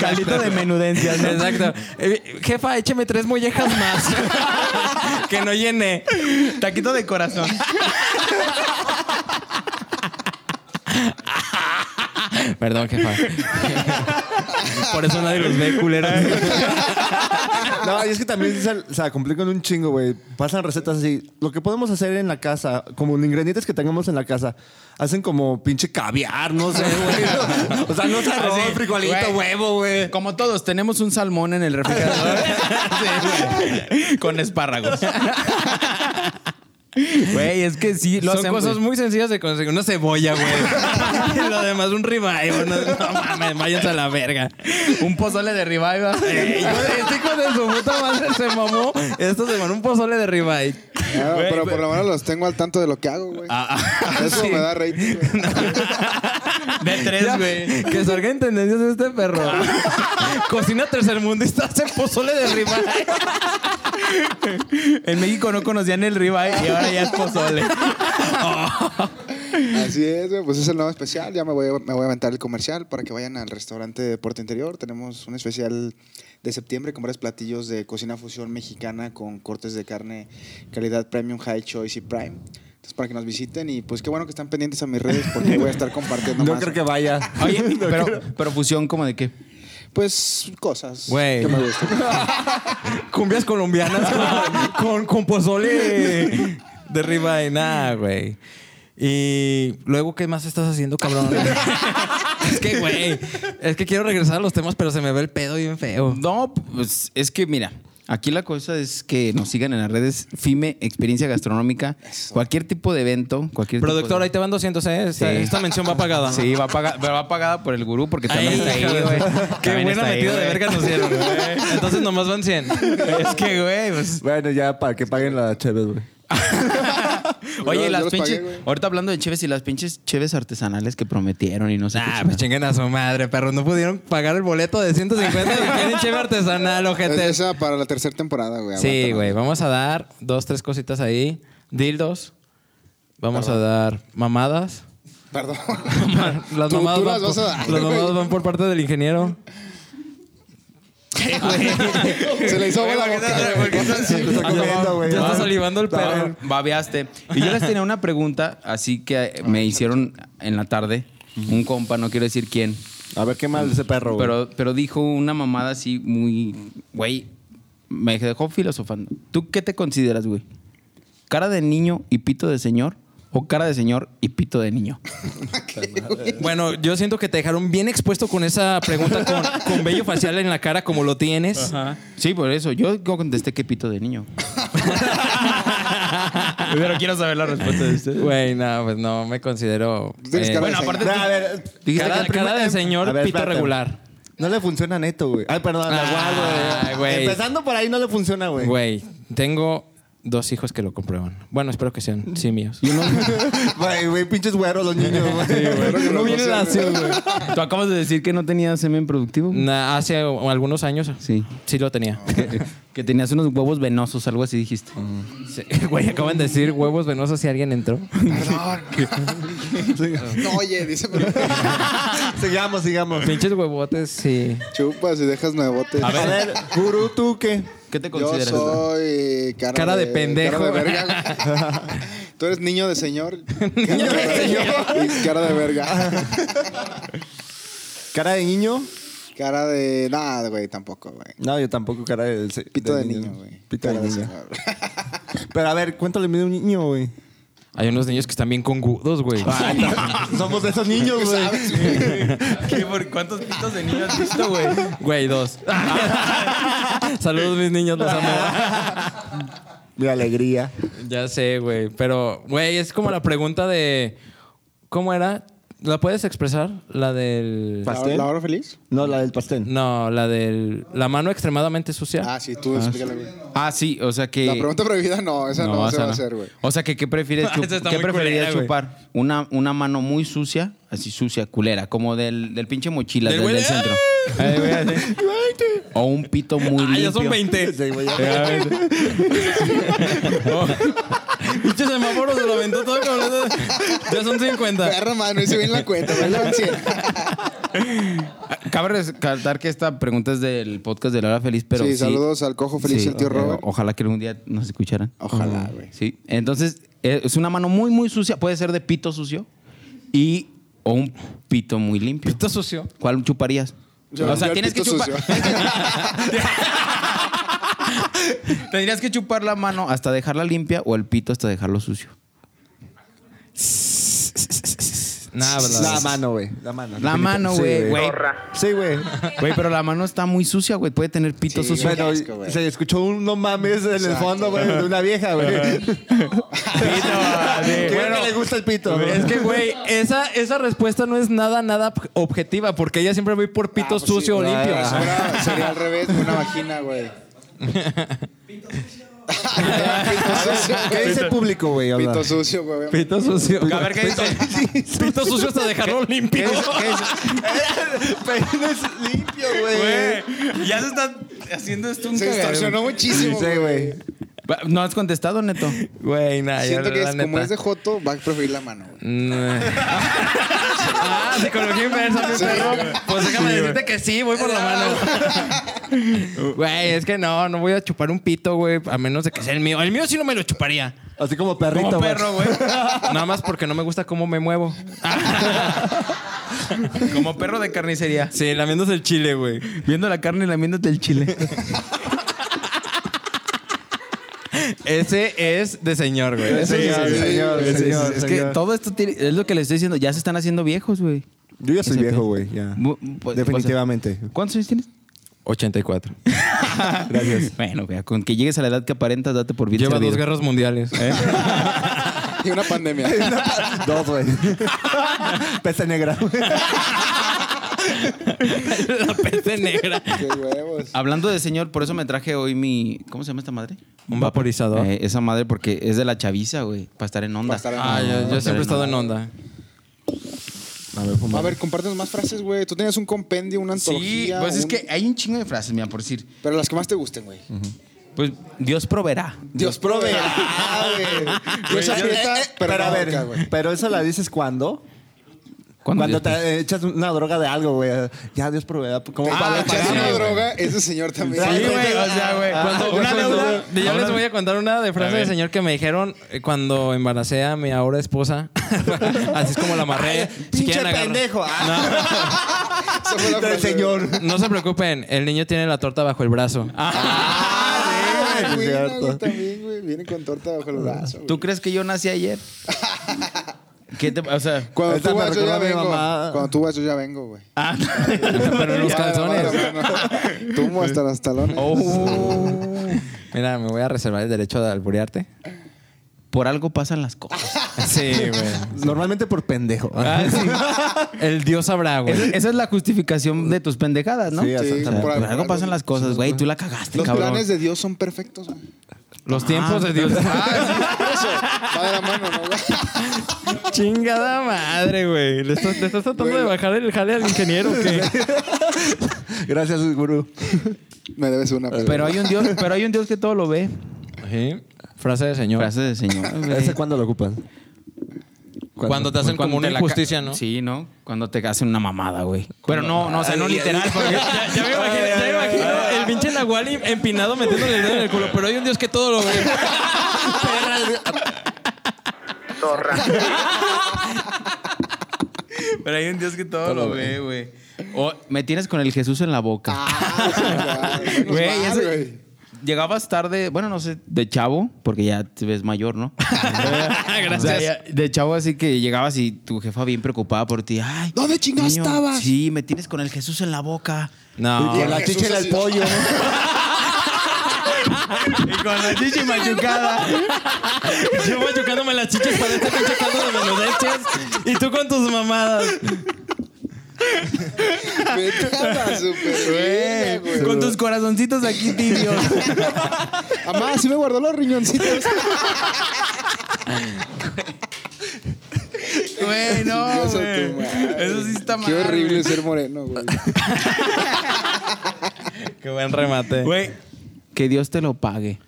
[SPEAKER 4] Calito de menudencias, ¿no?
[SPEAKER 3] Exacto. Eh, Jefa, écheme tres mollejas más. que no llené.
[SPEAKER 4] Taquito de corazón.
[SPEAKER 3] Perdón, jefa. Por eso nadie los ve, culeros.
[SPEAKER 2] No, y es que también se, se complican un chingo, güey. Pasan recetas así. Lo que podemos hacer en la casa, como los ingredientes que tengamos en la casa, hacen como pinche caviar, no sé, güey. O sea, no se arroz,
[SPEAKER 4] Así,
[SPEAKER 2] frijolito,
[SPEAKER 4] güey.
[SPEAKER 2] huevo, güey.
[SPEAKER 4] Como todos, tenemos un salmón en el refrigerador. Con espárragos. Güey, es que sí, lo
[SPEAKER 3] Son
[SPEAKER 4] hacemos.
[SPEAKER 3] cosas muy sencillas de conseguir. Una cebolla, güey. y lo demás, un ribeye. güey. No, no mames, váyanse a la verga.
[SPEAKER 4] Un pozole de reviva.
[SPEAKER 3] Eh, hijo de- Este hijo de su puta madre se mamó. Esto se mamó un pozole de ribeye.
[SPEAKER 1] Claro, pero por lo menos los tengo al tanto de lo que hago, güey.
[SPEAKER 2] Ah,
[SPEAKER 4] Ah,
[SPEAKER 1] Eso me da rating, güey.
[SPEAKER 4] De tres,
[SPEAKER 3] Ya,
[SPEAKER 4] güey. Ah.
[SPEAKER 3] Que salga en tendencias este perro. Cocina tercermundista, hace pozole de ribeye.
[SPEAKER 4] En México no conocían el ribeye y ahora ya es pozole.
[SPEAKER 1] Así es, güey, pues es el nuevo especial. Ya me voy, a- me voy a aventar el comercial para que vayan al restaurante de Puerto Interior. Tenemos un especial de septiembre con varios platillos de cocina fusión mexicana con cortes de carne, calidad premium, high choice y prime. Entonces, para que nos visiten y pues qué bueno que están pendientes a mis redes porque voy a estar compartiendo
[SPEAKER 2] No
[SPEAKER 1] más.
[SPEAKER 2] creo que vaya.
[SPEAKER 4] Oye,
[SPEAKER 2] No
[SPEAKER 4] pero,
[SPEAKER 2] creo.
[SPEAKER 4] pero fusión como de qué?
[SPEAKER 1] Pues cosas
[SPEAKER 3] Güey.
[SPEAKER 1] que me gustan.
[SPEAKER 3] Cumbias colombianas con- con, con pozole de riba de nada, güey. Y luego, ¿qué más estás haciendo, cabrón? es que, güey, es que quiero regresar a los temas, pero se me ve el pedo bien feo.
[SPEAKER 4] No, pues es que mira, aquí la cosa es que nos sigan en las redes FIME, experiencia gastronómica, cualquier tipo de evento, cualquier tipo de-
[SPEAKER 3] Productor, ahí te van 200, ¿eh? Esta,
[SPEAKER 4] Sí.
[SPEAKER 3] esta mención va pagada.
[SPEAKER 4] Sí, va pagada, pero va pagada por el gurú porque también
[SPEAKER 3] Ay,
[SPEAKER 4] está ahí,
[SPEAKER 3] hija de-
[SPEAKER 4] güey.
[SPEAKER 3] Qué
[SPEAKER 4] También
[SPEAKER 3] buena
[SPEAKER 4] está ahí,
[SPEAKER 3] metida de
[SPEAKER 4] güey.
[SPEAKER 3] verga nos dieron, güey. Entonces nomás van 100. Es que, güey, pues.
[SPEAKER 2] Bueno, ya para que paguen la chévere, güey.
[SPEAKER 1] Yo-
[SPEAKER 4] Oye, y
[SPEAKER 1] yo
[SPEAKER 4] las
[SPEAKER 1] los
[SPEAKER 4] pinches.
[SPEAKER 1] pagué, güey.
[SPEAKER 4] ahorita hablando de cheves y las pinches cheves artesanales que prometieron y no sé
[SPEAKER 3] Ah,
[SPEAKER 4] qué
[SPEAKER 3] pues
[SPEAKER 4] chingada.
[SPEAKER 3] chinguen a su madre, perro. No pudieron pagar el boleto de 150 y quieren cheve artesanal,
[SPEAKER 1] Es
[SPEAKER 3] ojete.
[SPEAKER 1] esa para la tercera temporada, güey.
[SPEAKER 3] Sí,
[SPEAKER 1] aguántala.
[SPEAKER 3] güey. Vamos a dar dos, tres cositas ahí. Dildos. Vamos a dar mamadas.
[SPEAKER 1] Perdón.
[SPEAKER 3] Las
[SPEAKER 1] Tú-
[SPEAKER 3] mamadas,
[SPEAKER 1] tú las
[SPEAKER 3] van,
[SPEAKER 1] vas
[SPEAKER 3] por,
[SPEAKER 1] a dar,
[SPEAKER 3] las
[SPEAKER 1] güey.
[SPEAKER 3] mamadas van por parte del ingeniero.
[SPEAKER 1] Se le hizo agua la
[SPEAKER 3] Güey,
[SPEAKER 1] boca,
[SPEAKER 3] porque-
[SPEAKER 1] güey.
[SPEAKER 3] porque-
[SPEAKER 2] lo está
[SPEAKER 3] Ah, ya
[SPEAKER 2] comiendo,
[SPEAKER 3] va-
[SPEAKER 2] güey.
[SPEAKER 3] Ya está
[SPEAKER 2] Ah,
[SPEAKER 3] salivando el perro.
[SPEAKER 4] Babeaste. Y yo les tenía una pregunta, así que eh,
[SPEAKER 3] Ah,
[SPEAKER 4] me hicieron en la tarde. Un compa, no quiero decir quién.
[SPEAKER 2] A ver qué mal ese perro, güey.
[SPEAKER 4] Pero, pero dijo una mamada así muy. Güey, me dejó filosofando. ¿Tú qué te consideras, güey? ¿Cara de niño y pito de señor? ¿O cara de señor y pito de niño?
[SPEAKER 3] Bueno, yo siento que te dejaron bien expuesto con esa pregunta con, con vello facial en la cara como lo tienes.
[SPEAKER 4] Sí, por eso. Yo contesté que pito de niño. pero quiero saber la respuesta de usted.
[SPEAKER 3] Güey, no, pues no me considero.
[SPEAKER 1] Tú tienes
[SPEAKER 3] eh,
[SPEAKER 1] cara
[SPEAKER 4] bueno,
[SPEAKER 1] de
[SPEAKER 4] aparte-
[SPEAKER 2] No, a ver,
[SPEAKER 4] Dijiste
[SPEAKER 3] cara,
[SPEAKER 4] que primero-
[SPEAKER 3] cara de señor,
[SPEAKER 2] A ver,
[SPEAKER 3] pito
[SPEAKER 2] espérate.
[SPEAKER 3] regular.
[SPEAKER 2] No le funciona a Neto, güey. Ay, perdón, a
[SPEAKER 3] Ah,
[SPEAKER 2] Nahual, güey.
[SPEAKER 3] güey.
[SPEAKER 2] Empezando por ahí no le funciona, güey.
[SPEAKER 3] Güey, tengo dos hijos que lo comprueban. Bueno, espero que sean simios.
[SPEAKER 2] Güey, güey, pinches güeros los niños, güey.
[SPEAKER 1] güey. No viene la acción,
[SPEAKER 4] Tú acabas de decir que no tenías semen productivo.
[SPEAKER 3] Na- hace o- algunos años
[SPEAKER 4] Sí.
[SPEAKER 3] sí lo tenía.
[SPEAKER 4] que, que tenías unos huevos venosos, algo así dijiste.
[SPEAKER 3] Sí, Güey, acaban de decir huevos venosos si alguien entró.
[SPEAKER 1] Perdón. No, oye, dice. pero-
[SPEAKER 2] sigamos, sigamos.
[SPEAKER 3] Pinches huevotes, sí.
[SPEAKER 1] Chupas y dejas nueve botes.
[SPEAKER 2] A ver, gurú, ¿tú qué?
[SPEAKER 4] ¿Qué te
[SPEAKER 1] Yo
[SPEAKER 4] consideras?
[SPEAKER 1] soy cara,
[SPEAKER 3] Cara de pendejo.
[SPEAKER 1] Cara de verga. güey. Tú eres niño de señor. Niño de señor. Y cara de verga.
[SPEAKER 2] ¿Cara de niño?
[SPEAKER 1] Cara de nada, güey, tampoco, güey.
[SPEAKER 2] No, yo tampoco, cara de...
[SPEAKER 1] Pito de niño, güey.
[SPEAKER 2] Pito
[SPEAKER 1] Cara
[SPEAKER 2] de niño.
[SPEAKER 1] señor.
[SPEAKER 2] Pero a ver, ¿cuánto le mide un niño, güey?
[SPEAKER 3] Hay unos niños que están bien congudos, güey.
[SPEAKER 2] Somos de esos niños, güey.
[SPEAKER 3] ¿Cuántos pitos de niños has visto, güey? Güey, dos. Saludos, mis niños, los amo.
[SPEAKER 2] De alegría.
[SPEAKER 3] Ya sé, güey. Pero, güey, es como la pregunta de. ¿Cómo era? ¿La puedes expresar? La del.
[SPEAKER 2] Pa- ¿Pastel?
[SPEAKER 1] ¿La hora feliz?
[SPEAKER 2] No, la del pastel.
[SPEAKER 3] No, la del. La mano extremadamente sucia.
[SPEAKER 1] Ah, sí, tú explícale, güey.
[SPEAKER 4] Ah, sí, o sea que.
[SPEAKER 1] La pregunta prohibida no, esa no, se
[SPEAKER 4] esa
[SPEAKER 1] va a
[SPEAKER 4] no.
[SPEAKER 1] hacer, güey.
[SPEAKER 4] O sea que qué prefieres chup-
[SPEAKER 3] Esa está
[SPEAKER 4] qué
[SPEAKER 3] muy culera,
[SPEAKER 4] preferirías
[SPEAKER 3] güey.
[SPEAKER 4] chupar? Una, una mano muy sucia, así sucia, culera, como del, del pinche mochila
[SPEAKER 3] Del
[SPEAKER 4] del,
[SPEAKER 3] güey
[SPEAKER 4] del
[SPEAKER 3] de-
[SPEAKER 4] centro. Ahí, güey, así. o un pito muy
[SPEAKER 3] Ah,
[SPEAKER 4] limpio.
[SPEAKER 3] ya son 20.
[SPEAKER 2] Sí, güey.
[SPEAKER 3] Pinche semáforo se lo aventó todo cabrón. Ya son 50.
[SPEAKER 1] Perra, mano, hice bien la cuenta, güey. Levan 100.
[SPEAKER 4] Cabe rescatar que esta pregunta es del podcast de La Hora Feliz, pero
[SPEAKER 1] sí,
[SPEAKER 4] sí.
[SPEAKER 1] saludos al cojo feliz
[SPEAKER 4] Sí,
[SPEAKER 1] y al tío
[SPEAKER 4] o-
[SPEAKER 1] Robert.
[SPEAKER 4] Ojalá que algún día nos escucharan.
[SPEAKER 1] Ojalá, güey.
[SPEAKER 4] Sí. Entonces, eh, es una mano muy, muy sucia. Puede ser de pito sucio y o un pito muy limpio.
[SPEAKER 3] Pito sucio.
[SPEAKER 4] ¿Cuál chuparías?
[SPEAKER 1] Yo-
[SPEAKER 4] o sea,
[SPEAKER 1] yo el
[SPEAKER 4] tienes que
[SPEAKER 1] pito
[SPEAKER 4] chupar.
[SPEAKER 1] sucio.
[SPEAKER 4] Tendrías que chupar la mano hasta dejarla limpia o el pito hasta dejarlo sucio.
[SPEAKER 3] Nada,
[SPEAKER 2] La mano, güey. La mano.
[SPEAKER 4] La mano,
[SPEAKER 2] Sí,
[SPEAKER 4] güey, güey.
[SPEAKER 2] Sí, güey.
[SPEAKER 4] Güey, pero la mano está muy sucia, güey. Puede tener pito
[SPEAKER 1] Sí,
[SPEAKER 4] sucio.
[SPEAKER 1] güey.
[SPEAKER 2] Bueno,
[SPEAKER 1] asco, güey.
[SPEAKER 2] se escuchó un no mames en el
[SPEAKER 1] Exacto.
[SPEAKER 2] fondo, güey, de una vieja, güey.
[SPEAKER 3] sí.
[SPEAKER 2] Creo
[SPEAKER 3] Bueno,
[SPEAKER 2] que le gusta el pito. güey.
[SPEAKER 3] Es que, güey, esa, esa respuesta no es nada, nada objetiva, porque ella siempre va a ir por pito
[SPEAKER 1] Ah, pues sí,
[SPEAKER 3] sucio o
[SPEAKER 1] güey.
[SPEAKER 3] limpio.
[SPEAKER 1] Pues ahora sería al revés, una vagina, güey. Pito sucio.
[SPEAKER 2] ¿Qué dice el público, güey? Habla.
[SPEAKER 1] Pito sucio, güey.
[SPEAKER 3] Pito sucio.
[SPEAKER 4] A ver, ¿qué dice?
[SPEAKER 3] Pito sucio hasta dejarlo limpio.
[SPEAKER 2] Peines limpio, güey.
[SPEAKER 4] Güey, ya se está haciendo esto un
[SPEAKER 1] Se
[SPEAKER 4] cagadero.
[SPEAKER 1] distorsionó muchísimo,
[SPEAKER 2] Sí,
[SPEAKER 1] güey.
[SPEAKER 2] güey.
[SPEAKER 4] ¿No has contestado, Neto?
[SPEAKER 3] Güey, nada.
[SPEAKER 1] Siento que es, como es de Joto, va a preferir la mano, güey.
[SPEAKER 3] Ah, psicología inversa, mi
[SPEAKER 1] Sí.
[SPEAKER 3] perro. Pues déjame decirte que sí, voy por la mano. Güey, es que no, no voy a chupar un pito, güey, a menos de que sea el mío. El mío sí no me lo chuparía.
[SPEAKER 2] Así como perrito,
[SPEAKER 3] Como
[SPEAKER 2] güey.
[SPEAKER 3] perro, güey. Nada más porque no me gusta cómo me muevo.
[SPEAKER 4] Como perro de carnicería.
[SPEAKER 3] Sí, lamiéndose el chile, güey.
[SPEAKER 4] Viendo la carne y lamiéndote el chile.
[SPEAKER 3] Ese es de señor, güey.
[SPEAKER 1] Sí,
[SPEAKER 2] Señor,
[SPEAKER 1] sí, sí.
[SPEAKER 2] señor,
[SPEAKER 1] Sí, sí, sí.
[SPEAKER 2] señor,
[SPEAKER 4] Es que
[SPEAKER 2] señor.
[SPEAKER 4] todo esto tiene- es lo que les estoy diciendo. Ya se están haciendo viejos, güey.
[SPEAKER 2] Yo ya soy
[SPEAKER 4] Ese
[SPEAKER 2] viejo,
[SPEAKER 4] pe-
[SPEAKER 2] güey, ya.
[SPEAKER 4] Bu- bu-
[SPEAKER 2] Definitivamente.
[SPEAKER 4] o sea, ¿Cuántos años tienes?
[SPEAKER 3] 84.
[SPEAKER 4] Gracias. Bueno, güey, con que llegues a la edad que aparentas, date por bien
[SPEAKER 3] Lleva
[SPEAKER 4] servido.
[SPEAKER 3] dos guerras mundiales. ¿eh?
[SPEAKER 1] Y una pandemia.
[SPEAKER 2] Dos, güey. Peste negra.
[SPEAKER 3] La peste negra.
[SPEAKER 1] Qué huevos.
[SPEAKER 4] Hablando de señor, por eso me traje hoy mi. ¿Cómo se llama esta madre?
[SPEAKER 3] Un vaporizador.
[SPEAKER 4] Eh, esa madre, porque es de la chaviza, güey. Para estar en
[SPEAKER 1] Para
[SPEAKER 4] onda.
[SPEAKER 1] estar en
[SPEAKER 3] Ah, yo, yo siempre he estado en onda.
[SPEAKER 2] A ver,
[SPEAKER 1] A ver, compártenos más frases, güey. Tú tenías un compendio, una
[SPEAKER 4] Sí,
[SPEAKER 1] antología.
[SPEAKER 4] pues es
[SPEAKER 1] un-
[SPEAKER 4] que hay un chingo de frases, mira, por decir.
[SPEAKER 1] Pero las que más te gusten, güey.
[SPEAKER 4] Pues Dios proveerá.
[SPEAKER 1] Dios proveerá, güey. Dios aprieta, pero,
[SPEAKER 2] eh, Pero a
[SPEAKER 1] no
[SPEAKER 2] ver,
[SPEAKER 1] ahorca, güey.
[SPEAKER 2] pero eso la dices cuando.
[SPEAKER 4] Cuando
[SPEAKER 2] Cuando,
[SPEAKER 4] Dios
[SPEAKER 2] te echas una droga de algo, güey. Ya Dios proveerá. ¿Cómo
[SPEAKER 1] Ah,
[SPEAKER 2] para
[SPEAKER 1] echarse
[SPEAKER 2] pagar,
[SPEAKER 1] una
[SPEAKER 2] pues güey?
[SPEAKER 1] droga, ese señor también.
[SPEAKER 2] Sí,
[SPEAKER 3] Sí, güey, o sea, güey.
[SPEAKER 2] Ah,
[SPEAKER 3] cuando
[SPEAKER 2] ya
[SPEAKER 3] una
[SPEAKER 2] fue
[SPEAKER 3] deuda.
[SPEAKER 2] todo.
[SPEAKER 3] de- Yo les
[SPEAKER 4] Ahora-
[SPEAKER 3] voy a contar una de frase
[SPEAKER 4] A
[SPEAKER 3] de
[SPEAKER 4] ver.
[SPEAKER 3] señor que me dijeron eh, cuando embaracé a mi ahora esposa. Así es como la amarré. Eh, Si
[SPEAKER 2] Pinche
[SPEAKER 3] quieren agarrar-
[SPEAKER 2] pendejo. Ah,
[SPEAKER 1] Esa fue la
[SPEAKER 2] del
[SPEAKER 1] frase,
[SPEAKER 2] señor.
[SPEAKER 3] No se preocupen, el niño tiene la torta bajo el brazo.
[SPEAKER 1] Ah,
[SPEAKER 2] Ah, sí,
[SPEAKER 1] güey,
[SPEAKER 2] es
[SPEAKER 1] no,
[SPEAKER 2] cierto.
[SPEAKER 1] güey, también, güey. Viene con torta bajo el brazo. güey.
[SPEAKER 4] ¿Tú crees que yo nací ayer? ¿Qué te O sea.
[SPEAKER 1] Cuando
[SPEAKER 2] Ahorita
[SPEAKER 1] tú
[SPEAKER 2] me
[SPEAKER 1] vas, yo
[SPEAKER 2] recordó
[SPEAKER 1] ya
[SPEAKER 2] a mi
[SPEAKER 1] vengo.
[SPEAKER 2] mamá.
[SPEAKER 1] Cuando tú vas, yo ya vengo, güey.
[SPEAKER 4] Ah,
[SPEAKER 3] Pero en los
[SPEAKER 1] Ya,
[SPEAKER 3] calzones. Oh,
[SPEAKER 1] la mano. Tumo hasta los talones.
[SPEAKER 3] Mira, me voy a reservar el derecho de alburearte.
[SPEAKER 4] por algo pasan las cosas.
[SPEAKER 3] Sí, güey.
[SPEAKER 2] Normalmente por pendejo.
[SPEAKER 3] Ah, sí. El Dios sabrá, güey.
[SPEAKER 4] Esa, esa es la justificación de tus pendejadas, ¿no?
[SPEAKER 2] Sí,
[SPEAKER 4] O sea,
[SPEAKER 1] sí,
[SPEAKER 4] por,
[SPEAKER 1] por algo-
[SPEAKER 4] algo pasan las cosas, güey. Tú la cagaste,
[SPEAKER 1] Los
[SPEAKER 4] cabrón. Ah,
[SPEAKER 1] planes de Dios son perfectos, güey.
[SPEAKER 3] Los tiempos de Dios.
[SPEAKER 1] Eso, va de la mano, ¿no, güey?
[SPEAKER 3] Ah, Chingada madre, güey. ¿Le estás, le estás tratando
[SPEAKER 1] Güey.
[SPEAKER 3] de bajar el jale al ingeniero o qué?
[SPEAKER 2] Gracias, gurú.
[SPEAKER 1] Me debes una, pero.
[SPEAKER 4] Pero hay un Dios, pero hay un Dios que todo lo ve.
[SPEAKER 3] Sí. Frase de señor.
[SPEAKER 4] Frase de señor. güey.
[SPEAKER 2] ¿Ese cuándo lo ocupan?
[SPEAKER 3] Pues Cuando te hacen
[SPEAKER 4] Cuando
[SPEAKER 3] como una
[SPEAKER 4] te la
[SPEAKER 3] injusticia,
[SPEAKER 4] ca-
[SPEAKER 3] ¿no?
[SPEAKER 4] Sí, ¿no? Cuando te hacen una mamada, güey. Pero no, no, o sea, no literal, porque
[SPEAKER 3] Ya, ya me imagino, ya me imagino el pinche Nahual im- empinado metiéndole el dedo en el culo. Pero hay un Dios que todo lo ve.
[SPEAKER 4] Pero hay un Dios que todo, lo ve, güey. O me tienes con el Jesús en la boca.
[SPEAKER 1] Ah, sí,
[SPEAKER 4] Güey,
[SPEAKER 1] menos mal,
[SPEAKER 4] ese-
[SPEAKER 1] güey.
[SPEAKER 4] Llegabas tarde, bueno, no sé, de chavo, porque ya te ves mayor, ¿no?
[SPEAKER 3] Ah, Gracias.
[SPEAKER 4] O sea, ya- de chavo así que llegabas y tu jefa bien preocupada por ti. Ay,
[SPEAKER 1] ¿Dónde chingados
[SPEAKER 4] niño,
[SPEAKER 1] estabas?
[SPEAKER 4] Sí, me tienes con el Jesús en la boca.
[SPEAKER 3] No.
[SPEAKER 2] Y con la
[SPEAKER 1] Jesús
[SPEAKER 2] chicha
[SPEAKER 1] así-
[SPEAKER 2] del pollo, ¿no?
[SPEAKER 4] Y con la chichi machucada.
[SPEAKER 3] Yo voy chocándome las chichas para este pinche caldo de menudencias. Y tú con tus mamadas.
[SPEAKER 1] Vete a la superverga, güey.
[SPEAKER 4] Con tus corazoncitos aquí tibios.
[SPEAKER 1] Mamá, sí me guardó los riñoncitos.
[SPEAKER 4] Güey, no,
[SPEAKER 1] Chingas a
[SPEAKER 4] güey.
[SPEAKER 1] tu madre.
[SPEAKER 4] Eso sí está mal.
[SPEAKER 1] Qué horrible ser moreno, güey.
[SPEAKER 3] Qué buen remate.
[SPEAKER 4] Güey, que Dios te lo pague.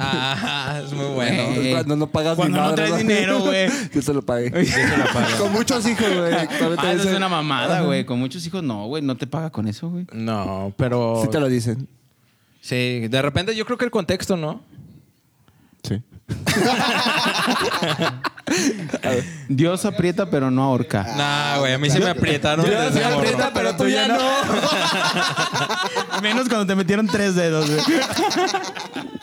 [SPEAKER 3] Ah, es muy bueno.
[SPEAKER 4] Güey.
[SPEAKER 2] Cuando no pagas
[SPEAKER 4] Cuando
[SPEAKER 2] ni
[SPEAKER 4] no
[SPEAKER 2] madre,
[SPEAKER 4] traes dinero, güey.
[SPEAKER 2] Yo se lo pagué. Con muchos hijos, güey. Todavía te
[SPEAKER 4] Ah, eso
[SPEAKER 2] dicen-
[SPEAKER 4] es una mamada, güey. Con muchos hijos, no, güey. No te paga con eso, güey.
[SPEAKER 3] No, pero.
[SPEAKER 2] Sí te lo dicen.
[SPEAKER 3] Sí, de repente yo creo que el contexto, ¿no?
[SPEAKER 2] Sí.
[SPEAKER 4] Dios aprieta, pero no ahorca.
[SPEAKER 3] Nah, güey, a mí se me apretaron. desde morro.
[SPEAKER 2] pero tú ya no.
[SPEAKER 4] Menos cuando te metieron tres dedos, güey.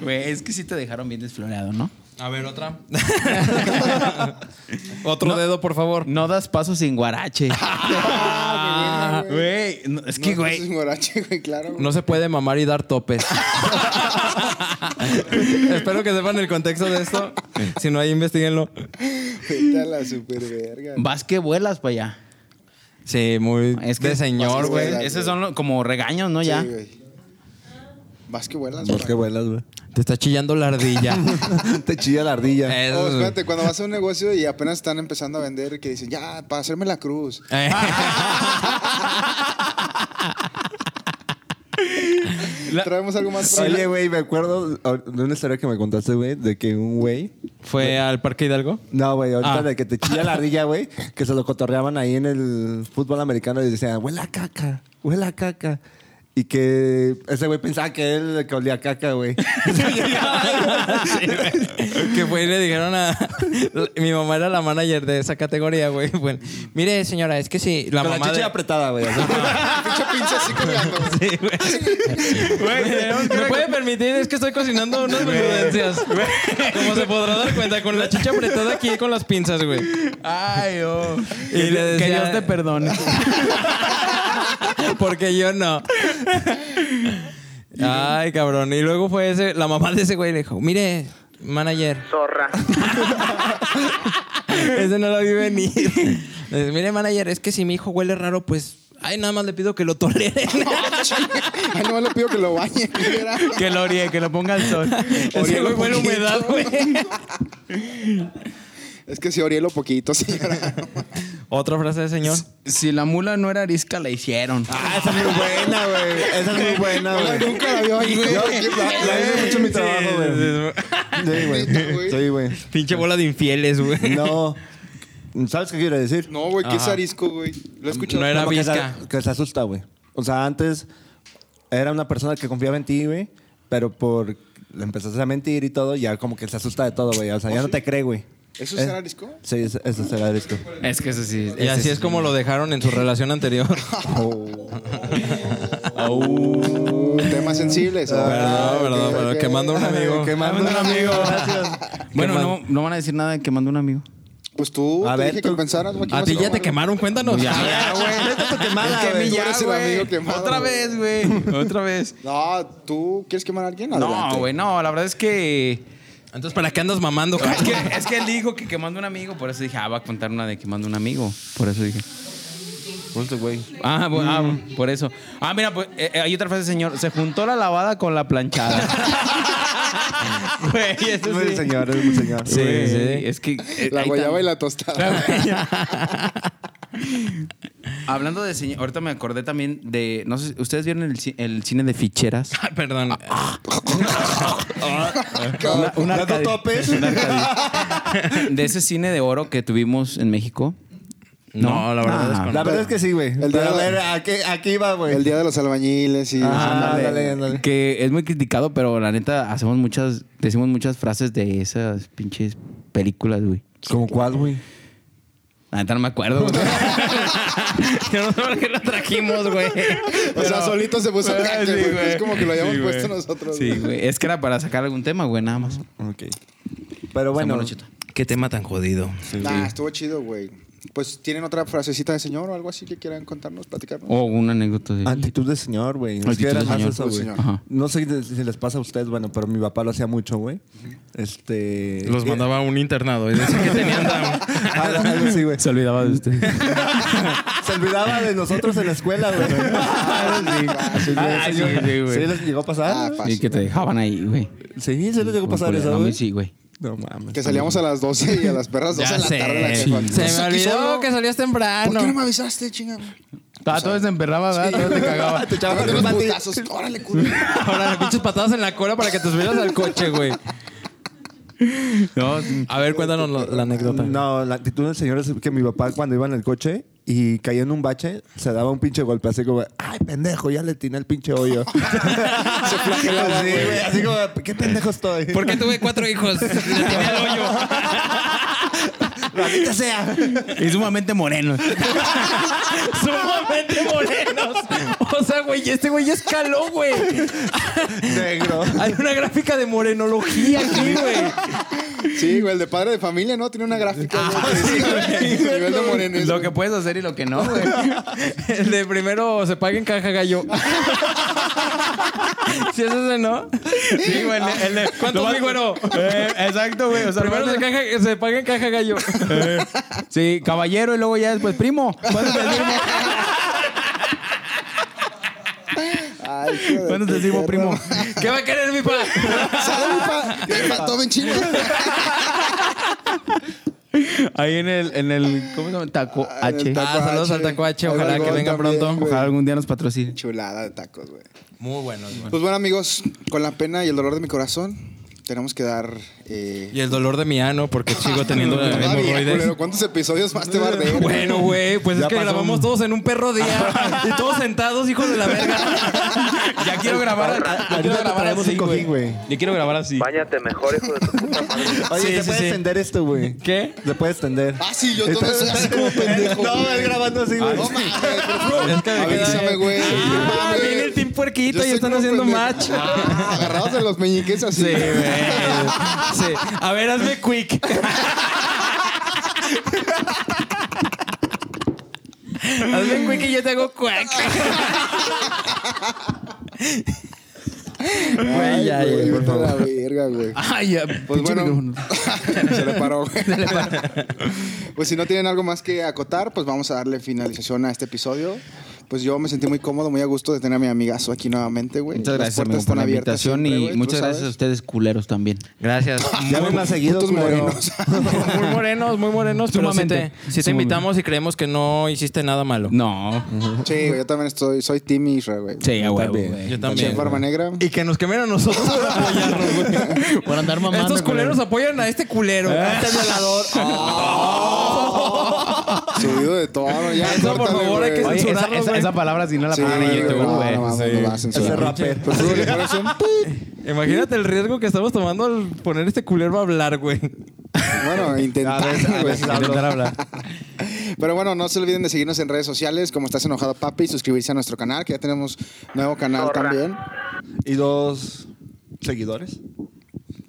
[SPEAKER 4] Güey, es que sí te dejaron bien desfloreado, ¿no?
[SPEAKER 3] A ver, otra. Otro dedo, por favor.
[SPEAKER 4] No das paso sin guarache.
[SPEAKER 1] Ah, qué bien,
[SPEAKER 4] Güey, no, es
[SPEAKER 1] No,
[SPEAKER 4] que,
[SPEAKER 1] no
[SPEAKER 4] güey.
[SPEAKER 1] soy morache, güey, claro. güey.
[SPEAKER 3] No se puede mamar y dar topes. Espero que sepan el contexto de esto. Si no, ahí investiguenlo.
[SPEAKER 1] Vete a la superverga.
[SPEAKER 4] Vas que vuelas para allá.
[SPEAKER 3] Sí, muy
[SPEAKER 4] Es que
[SPEAKER 3] de señor,
[SPEAKER 1] vas,
[SPEAKER 3] güey.
[SPEAKER 1] güey.
[SPEAKER 4] Esos son los- como regaños, ¿no? Ya.
[SPEAKER 1] Sí, güey. Más que vuelas,
[SPEAKER 2] Pues qué
[SPEAKER 1] güey.
[SPEAKER 2] vuelas, güey.
[SPEAKER 3] Te está chillando la ardilla.
[SPEAKER 2] Te chilla la ardilla.
[SPEAKER 3] Eso,
[SPEAKER 1] Oh, espérate, cuando vas a un negocio y apenas están empezando a vender, que dicen, ya, para hacerme la cruz.
[SPEAKER 3] Eh.
[SPEAKER 1] Traemos algo más para
[SPEAKER 2] Oye, güey, me acuerdo de una historia que me contaste, güey, de que un güey.
[SPEAKER 3] ¿Fue al Parque Hidalgo?
[SPEAKER 2] No, güey, ahorita
[SPEAKER 3] Ah.
[SPEAKER 2] de que te chilla la ardilla, güey, que se lo cotorreaban ahí en el fútbol americano y decían, huele a caca, huele a caca. Y que ese güey pensaba que él que olía a caca, güey.
[SPEAKER 3] que fue y le dijeron a. Mi mamá era la manager de esa categoría, güey. Bueno, mire, señora, es que si la
[SPEAKER 2] Con la
[SPEAKER 3] mamá.
[SPEAKER 2] chicha
[SPEAKER 3] de-
[SPEAKER 2] apretada, güey. así.
[SPEAKER 1] Pinche pinza así colgando.
[SPEAKER 3] Sí, güey. Güey, ¿Me puede permitir? Es que estoy cocinando unas menudencias. Como se podrá dar cuenta, con la chicha apretada aquí con las pinzas, güey.
[SPEAKER 4] Ay, oh.
[SPEAKER 3] Y le decía-
[SPEAKER 4] Que Dios te perdone.
[SPEAKER 3] Porque yo no. Ay, cabrón. Y luego fue ese, la mamá de ese güey le dijo, mire, manager.
[SPEAKER 5] Zorra.
[SPEAKER 3] Ese no lo vi venir. Le dice, mire, manager, es que si mi hijo huele raro, pues, ay, nada más le pido que lo toleren.
[SPEAKER 1] Ay, no le pido que lo bañe. mira.
[SPEAKER 4] Que lo oríe, que lo ponga al sol.
[SPEAKER 3] ese güey huele a humedad, güey.
[SPEAKER 1] Es que si orielo poquito, señora.
[SPEAKER 3] Otra frase de señor.
[SPEAKER 4] Si la mula no era arisca, la hicieron.
[SPEAKER 2] Ah, esa es muy buena, güey. Esa es muy buena,
[SPEAKER 1] Ay,
[SPEAKER 2] güey.
[SPEAKER 1] nunca la vio ahí, güey.
[SPEAKER 2] La la hice mucho en mi
[SPEAKER 3] Sí,
[SPEAKER 2] trabajo, güey.
[SPEAKER 3] sí, sí.
[SPEAKER 2] Sí, güey. Sí, güey.
[SPEAKER 3] Pinche bola de infieles, güey.
[SPEAKER 2] No. ¿Sabes qué quiero decir?
[SPEAKER 1] No, güey, ¿qué es arisco, güey? Lo he escuchado.
[SPEAKER 3] No era
[SPEAKER 2] Como que, se,
[SPEAKER 3] visca.
[SPEAKER 2] que se asusta, güey. O sea, antes era una persona que confiaba en ti, güey, pero por le empezaste a mentir y todo, ya como que se asusta de todo, güey. O sea, ya no te cree, güey.
[SPEAKER 1] Oh, ¿Eso
[SPEAKER 2] Eh,
[SPEAKER 1] será arisco?
[SPEAKER 2] Sí, es- eso será arisco.
[SPEAKER 4] Es que eso sí.
[SPEAKER 3] Y así es como lo dejaron en su relación anterior.
[SPEAKER 1] Temas sensibles.
[SPEAKER 3] Perdón,
[SPEAKER 1] Ah, ok,
[SPEAKER 3] perdón,
[SPEAKER 1] ok.
[SPEAKER 3] perdón. Quemando a un amigo.
[SPEAKER 2] Quemando un amigo. Gracias.
[SPEAKER 4] Bueno,
[SPEAKER 3] Qué
[SPEAKER 4] no, no van a decir nada que mandó un amigo.
[SPEAKER 1] Pues tú,
[SPEAKER 2] A
[SPEAKER 1] te
[SPEAKER 2] ver,
[SPEAKER 1] dije
[SPEAKER 2] tú-
[SPEAKER 1] que pensaras. güey, que
[SPEAKER 3] A
[SPEAKER 1] ibas
[SPEAKER 3] ti ya
[SPEAKER 1] tomar.
[SPEAKER 3] te quemaron, cuéntanos.
[SPEAKER 2] Ya, güey. Vete a tu
[SPEAKER 1] Ah,
[SPEAKER 2] quemada,
[SPEAKER 1] Es que a mí
[SPEAKER 2] güey.
[SPEAKER 1] ya- Tú eres el amigo quemado,
[SPEAKER 4] Otra
[SPEAKER 1] güey.
[SPEAKER 4] vez, güey. Otra vez.
[SPEAKER 1] No, ¿tú quieres quemar a alguien?
[SPEAKER 4] No, güey, no. La verdad es que.
[SPEAKER 3] Entonces, ¿para qué andas mamando?
[SPEAKER 4] Es que, es que él dijo que quemando un amigo, por eso dije, ah, va a contar una de quemando un amigo. Por eso dije.
[SPEAKER 2] Ponte, güey.
[SPEAKER 4] Ah, bu- ah, bu- por eso. Ah, mira, pues eh, eh, hay otra frase, señor. Se juntó la lavada con la planchada. Güey, eso
[SPEAKER 2] Es muy
[SPEAKER 4] sí.
[SPEAKER 2] señor, es muy señor.
[SPEAKER 4] Sí,
[SPEAKER 3] Güey.
[SPEAKER 4] sí, es que. eh,
[SPEAKER 1] La
[SPEAKER 4] hay
[SPEAKER 1] guayaba
[SPEAKER 4] tan-
[SPEAKER 1] y la tostada.
[SPEAKER 4] Hablando de señor, ahorita me acordé también de. No sé, ¿ustedes vieron el, ci- el cine de ficheras?
[SPEAKER 3] Ay, Perdón.
[SPEAKER 4] Una, una
[SPEAKER 2] ¿Dando
[SPEAKER 4] arcade-
[SPEAKER 2] topes?
[SPEAKER 4] una
[SPEAKER 2] Ah,
[SPEAKER 4] arcade. de ese cine de oro que tuvimos en México. Ah,
[SPEAKER 3] No, la verdad es que no.
[SPEAKER 2] La verdad es que sí, güey.
[SPEAKER 1] El
[SPEAKER 2] Pero a
[SPEAKER 1] día-
[SPEAKER 2] ver, ¿a qué, a qué iba, güey?
[SPEAKER 1] El día de los albañiles y.
[SPEAKER 2] Ah,
[SPEAKER 4] Ándale,
[SPEAKER 2] ándale, ándale.
[SPEAKER 4] Que es muy criticado, pero la neta hacemos muchas, decimos muchas frases de esas pinches películas, güey.
[SPEAKER 2] ¿Como cuál, güey?
[SPEAKER 4] La neta no me acuerdo, güey. Yo no sé por qué lo trajimos, güey.
[SPEAKER 1] o sea, solito se puso el gancho, güey. Es como que lo hayamos puesto nosotros.
[SPEAKER 4] Sí, güey. Es que era para sacar algún tema, güey, nada más.
[SPEAKER 2] Ok. Pero bueno.
[SPEAKER 4] Samuel Ocheta.
[SPEAKER 3] Qué tema tan jodido.
[SPEAKER 1] Nah, estuvo chido, güey. Pues, ¿tienen otra frasecita de señor o algo así que quieran contarnos, platicarnos?
[SPEAKER 4] O una anécdota. de-
[SPEAKER 2] Actitud de señor, güey. Es
[SPEAKER 4] Actitud
[SPEAKER 2] que era
[SPEAKER 4] de
[SPEAKER 2] más
[SPEAKER 4] señor.
[SPEAKER 2] eso,
[SPEAKER 1] Actitud de
[SPEAKER 2] güey.
[SPEAKER 1] señor.
[SPEAKER 4] Ajá.
[SPEAKER 2] No sé de- si les pasa a ustedes, bueno, pero mi papá lo hacía mucho, güey. Este.
[SPEAKER 3] Los
[SPEAKER 2] eh,
[SPEAKER 3] mandaba a un internado y decía que tenían Down.
[SPEAKER 2] algo- algo así, güey.
[SPEAKER 4] Se olvidaba de usted.
[SPEAKER 2] Se olvidaba de nosotros en la escuela, güey.
[SPEAKER 1] Fácil, güey.
[SPEAKER 4] Ah, sí, sí, güey.
[SPEAKER 2] ¿Sí les llegó a pasar?
[SPEAKER 1] Ah, fácil.
[SPEAKER 4] Y que te dejaban ahí, güey.
[SPEAKER 2] sí, se les llegó a pasar
[SPEAKER 4] Por
[SPEAKER 2] eso,
[SPEAKER 4] culo,
[SPEAKER 2] güey.
[SPEAKER 4] Sí, güey.
[SPEAKER 2] No mames.
[SPEAKER 1] Que salíamos a las 12 y a las perras 12 de la tarde. La
[SPEAKER 3] Se
[SPEAKER 1] jefa.
[SPEAKER 3] me
[SPEAKER 1] Aquí
[SPEAKER 3] olvidó
[SPEAKER 1] solo.
[SPEAKER 3] que salías
[SPEAKER 1] ¿Por qué no
[SPEAKER 3] temprano.
[SPEAKER 1] me avisaste, chingada?
[SPEAKER 4] Estaba todo desemperraba, ¿verdad? Todo te cagaba.
[SPEAKER 2] Te echaban
[SPEAKER 1] Dándonos
[SPEAKER 2] unos mati-
[SPEAKER 1] putazos. Órale, culo.
[SPEAKER 3] Ahora le pinches patadas en la cola para que te subieras al coche, güey. A ver, cuéntanos lo- la anécdota.
[SPEAKER 2] Ah, No, la actitud del señor es que mi papá cuando iba en el coche y caía en un bache, se daba un pinche golpe así como, ay, pendejo, ya le tiné el pinche hoyo. se
[SPEAKER 1] flagelaba,
[SPEAKER 2] así,
[SPEAKER 1] güey.
[SPEAKER 2] güey. Así como, ¿qué pendejo estoy?
[SPEAKER 3] ¿Por qué tuve cuatro hijos? Le tenía el hoyo.
[SPEAKER 2] Maldita sea.
[SPEAKER 4] Y sumamente moreno.
[SPEAKER 3] Sumamente morenos. O sea, güey, este güey ya escaló, güey.
[SPEAKER 2] Negro.
[SPEAKER 3] Hay una gráfica de morenología aquí, güey.
[SPEAKER 1] Sí, güey, el de padre de familia, ¿no? Tiene una gráfica. Ah, güey, que dice el nivel de morenes.
[SPEAKER 4] Lo que puedes hacer y lo que no, güey.
[SPEAKER 3] El de primero se paga en caja gallo. Si es ese, ¿no?
[SPEAKER 4] Sí, güey. el- El, de-
[SPEAKER 3] ¿Cuánto
[SPEAKER 4] lo más-
[SPEAKER 3] mi güero?
[SPEAKER 4] Eh, exacto, güey. O sea,
[SPEAKER 3] Primero
[SPEAKER 4] lo
[SPEAKER 3] se,
[SPEAKER 4] más-
[SPEAKER 3] caja- se paga en caja gallo.
[SPEAKER 4] Sí, caballero y luego ya después primo. ¿Cuándo te decimos,
[SPEAKER 1] Ay, hijo de
[SPEAKER 4] cuándo te
[SPEAKER 1] tu
[SPEAKER 4] decimos
[SPEAKER 1] perra.
[SPEAKER 4] primo?
[SPEAKER 3] ¿Qué va a querer mi pa?
[SPEAKER 1] Sale, pa. Ya me faltó, ven, chingo.
[SPEAKER 4] Ahí en el, en el ¿cómo se llama? Taco H.
[SPEAKER 1] Taco
[SPEAKER 3] Ah, saludos
[SPEAKER 1] H.
[SPEAKER 3] al Taco H.
[SPEAKER 1] Ahí va
[SPEAKER 3] Ojalá
[SPEAKER 1] el
[SPEAKER 3] que
[SPEAKER 1] gol
[SPEAKER 3] venga
[SPEAKER 1] también,
[SPEAKER 3] pronto.
[SPEAKER 1] güey.
[SPEAKER 4] Ojalá algún día nos patrocine.
[SPEAKER 1] Chulada de tacos, güey.
[SPEAKER 3] Muy buenos,
[SPEAKER 1] Pues bueno, amigos, con la pena y el dolor de mi corazón, tenemos que dar. eh,
[SPEAKER 3] Y el dolor de mi ano, porque sigo teniendo
[SPEAKER 1] Ah, bien,
[SPEAKER 3] hemorroides.
[SPEAKER 1] culero, ¿Cuántos episodios más te va a arder?
[SPEAKER 3] Bueno, güey, pues
[SPEAKER 2] Ya
[SPEAKER 3] es que
[SPEAKER 2] pasó.
[SPEAKER 3] grabamos todos en un perro día y todos sentados, hijos de la verga. Ah, ya quiero grabar, ya
[SPEAKER 2] Ahorita
[SPEAKER 3] quiero
[SPEAKER 2] te
[SPEAKER 3] grabar
[SPEAKER 2] traemos
[SPEAKER 3] así,
[SPEAKER 2] un cojín,
[SPEAKER 3] güey.
[SPEAKER 2] güey.
[SPEAKER 3] Ya quiero grabar así.
[SPEAKER 5] Báñate mejor, hijo de tu puta madre.
[SPEAKER 2] Oye,
[SPEAKER 3] Sí,
[SPEAKER 2] se
[SPEAKER 3] sí,
[SPEAKER 2] puede
[SPEAKER 3] sí.
[SPEAKER 2] extender esto, güey.
[SPEAKER 3] ¿Qué?
[SPEAKER 2] Se puede extender.
[SPEAKER 1] Ah, sí, yo todo eso así como pendejo.
[SPEAKER 2] No,
[SPEAKER 1] güey.
[SPEAKER 2] él grabando así, güey.
[SPEAKER 1] No mames, por favor.
[SPEAKER 3] Es que me queda-
[SPEAKER 1] Avísame, güey.
[SPEAKER 3] Ah,
[SPEAKER 1] Mames.
[SPEAKER 3] viene el team
[SPEAKER 1] Yo
[SPEAKER 3] puerquito y
[SPEAKER 1] soy
[SPEAKER 3] están
[SPEAKER 1] como
[SPEAKER 3] haciendo
[SPEAKER 1] pendejo.
[SPEAKER 3] match.
[SPEAKER 1] Ah, agarrados de los meñiques así.
[SPEAKER 3] Sí, güey. Sí. A ver, hazme quick. hazme quick y yo te hago quack. Güey, ya,
[SPEAKER 1] Ay,
[SPEAKER 3] ya,
[SPEAKER 1] güey,
[SPEAKER 3] por
[SPEAKER 1] vete a
[SPEAKER 3] favor. Ah,
[SPEAKER 1] la verga, güey.
[SPEAKER 4] Ay, ya.
[SPEAKER 1] Pues bueno, se le paró, güey. Pues si no tienen algo más que acotar, pues vamos a darle finalización a este episodio. Pues yo me sentí muy cómodo, muy a gusto de tener a mi amigazo aquí nuevamente, güey.
[SPEAKER 4] Muchas
[SPEAKER 1] Las
[SPEAKER 4] gracias,
[SPEAKER 1] puertas
[SPEAKER 4] amigo, por
[SPEAKER 1] están
[SPEAKER 4] la
[SPEAKER 1] abiertas
[SPEAKER 4] invitación
[SPEAKER 1] siempre,
[SPEAKER 4] y
[SPEAKER 1] güey, tú
[SPEAKER 4] muchas
[SPEAKER 1] sabes.
[SPEAKER 4] gracias a ustedes, culeros, también.
[SPEAKER 3] Gracias.
[SPEAKER 2] Ya ven más seguido,
[SPEAKER 1] Putos
[SPEAKER 2] culero.
[SPEAKER 1] morenos.
[SPEAKER 3] Muy morenos, muy morenos. Pero sí te,
[SPEAKER 4] Sumamente.
[SPEAKER 3] sí te
[SPEAKER 4] Sumamente.
[SPEAKER 3] invitamos y creemos que no hiciste nada malo.
[SPEAKER 4] No.
[SPEAKER 1] Sí, güey, yo también estoy, soy Team Israel, güey.
[SPEAKER 4] Sí, a huevo,
[SPEAKER 2] también.
[SPEAKER 4] güey.
[SPEAKER 3] Yo
[SPEAKER 1] Chef
[SPEAKER 3] también.
[SPEAKER 1] Barba Negra.
[SPEAKER 3] Y que nos quemen a nosotros por apoyarnos, güey.
[SPEAKER 6] Por andar mamando.
[SPEAKER 3] Estos culeros
[SPEAKER 6] culero.
[SPEAKER 3] apoyan a este culero. A este violador.
[SPEAKER 1] Subido de tono, ya.
[SPEAKER 3] Eso, por
[SPEAKER 1] córtale,
[SPEAKER 3] favor, hay que
[SPEAKER 1] güey.
[SPEAKER 6] Oye, esa,
[SPEAKER 3] censurarlos,
[SPEAKER 6] esa-
[SPEAKER 3] güey.
[SPEAKER 6] esa palabra si no la
[SPEAKER 1] Sí,
[SPEAKER 6] ponen en YouTube,
[SPEAKER 1] no,
[SPEAKER 6] güey.
[SPEAKER 1] no mames,
[SPEAKER 2] sí.
[SPEAKER 1] no la vas a
[SPEAKER 2] Ese
[SPEAKER 1] censurar.
[SPEAKER 2] rapper.
[SPEAKER 1] Pues luego le pones un pip.
[SPEAKER 3] Imagínate el riesgo que estamos tomando al poner este culero a hablar, güey.
[SPEAKER 1] Bueno, intentar.
[SPEAKER 2] A veces- a
[SPEAKER 1] güey.
[SPEAKER 2] veces hablo.
[SPEAKER 6] Intentar hablar.
[SPEAKER 1] Pero bueno, no se olviden de seguirnos en redes sociales como Estás Enojado Papi y suscribirse a nuestro canal, que ya tenemos nuevo canal
[SPEAKER 5] Zorra.
[SPEAKER 1] también.
[SPEAKER 2] Y dos seguidores.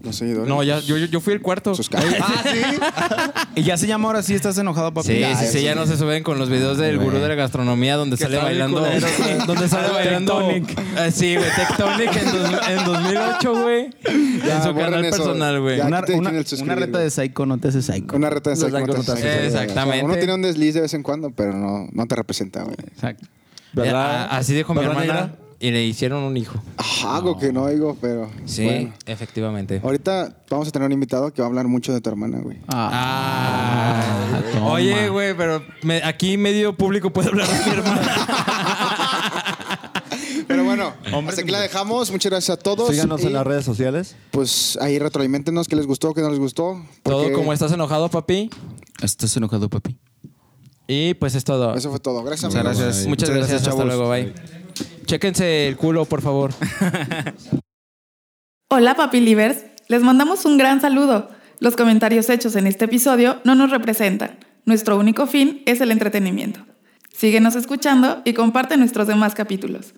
[SPEAKER 1] Los seguidores.
[SPEAKER 3] No, ya, yo, yo- yo fui el cuarto.
[SPEAKER 1] Sus caras.
[SPEAKER 4] Y ya se llama ahora sí, estás enojado, papi.
[SPEAKER 3] Sí,
[SPEAKER 1] Ya,
[SPEAKER 3] sí,
[SPEAKER 1] eso
[SPEAKER 3] sí, ya
[SPEAKER 1] sí.
[SPEAKER 3] no se suben con los videos del gurú de la gastronomía donde sale
[SPEAKER 2] está bien
[SPEAKER 3] bailando.
[SPEAKER 2] culero, güey.
[SPEAKER 3] donde sale
[SPEAKER 2] Ah,
[SPEAKER 3] bailando.
[SPEAKER 2] Tectonic.
[SPEAKER 3] Ah, sí, güey, Tectonic en, dos- en 2008, güey.
[SPEAKER 1] Ya,
[SPEAKER 3] En su
[SPEAKER 1] borren
[SPEAKER 3] canal
[SPEAKER 1] eso.
[SPEAKER 3] personal, güey. Eh,
[SPEAKER 1] Ya.
[SPEAKER 4] Una,
[SPEAKER 1] Aquí te
[SPEAKER 4] una-
[SPEAKER 1] tienen el suscribir,
[SPEAKER 4] una reta
[SPEAKER 1] güey.
[SPEAKER 4] de psycho, no te hace psycho.
[SPEAKER 1] Una reta de
[SPEAKER 2] Los
[SPEAKER 1] psycho,
[SPEAKER 2] psychotas.
[SPEAKER 1] psycho, güey.
[SPEAKER 3] Exactamente.
[SPEAKER 1] Uno tiene un desliz de vez en cuando, pero no, no te representa, güey.
[SPEAKER 4] Exacto.
[SPEAKER 2] ¿Verdad?
[SPEAKER 3] Ah, Así dijo mi
[SPEAKER 2] ¿Verdad,
[SPEAKER 3] hermana.
[SPEAKER 2] negra?
[SPEAKER 3] Y le hicieron un hijo.
[SPEAKER 1] Ajá, algo que no oigo, pero.
[SPEAKER 3] Sí,
[SPEAKER 1] bueno.
[SPEAKER 3] efectivamente.
[SPEAKER 1] Ahorita vamos a tener un invitado que va a hablar mucho de tu hermana, güey.
[SPEAKER 3] Ah, oye, güey, pero me- aquí medio público puede hablar de mi hermana.
[SPEAKER 1] Pero bueno, hasta aquí la dejamos. Muchas gracias a todos.
[SPEAKER 2] Síganos
[SPEAKER 1] Y,
[SPEAKER 2] en las redes sociales.
[SPEAKER 1] Pues ahí retroalimentenos qué les gustó, qué no les gustó.
[SPEAKER 3] Todo
[SPEAKER 1] porque
[SPEAKER 3] como estás enojado, papi.
[SPEAKER 4] Estás enojado, papi.
[SPEAKER 3] Y pues es todo.
[SPEAKER 1] Eso fue todo. Gracias,
[SPEAKER 4] Muchas
[SPEAKER 1] amigos.
[SPEAKER 4] gracias.
[SPEAKER 3] Muchas gracias, hasta
[SPEAKER 4] chavos.
[SPEAKER 3] luego, bye. Chéquense el culo, por favor.
[SPEAKER 7] Hola Papilivers, les mandamos un gran saludo. Los comentarios hechos en este episodio no nos representan. Nuestro único fin es el entretenimiento. Síguenos escuchando y comparte nuestros demás capítulos.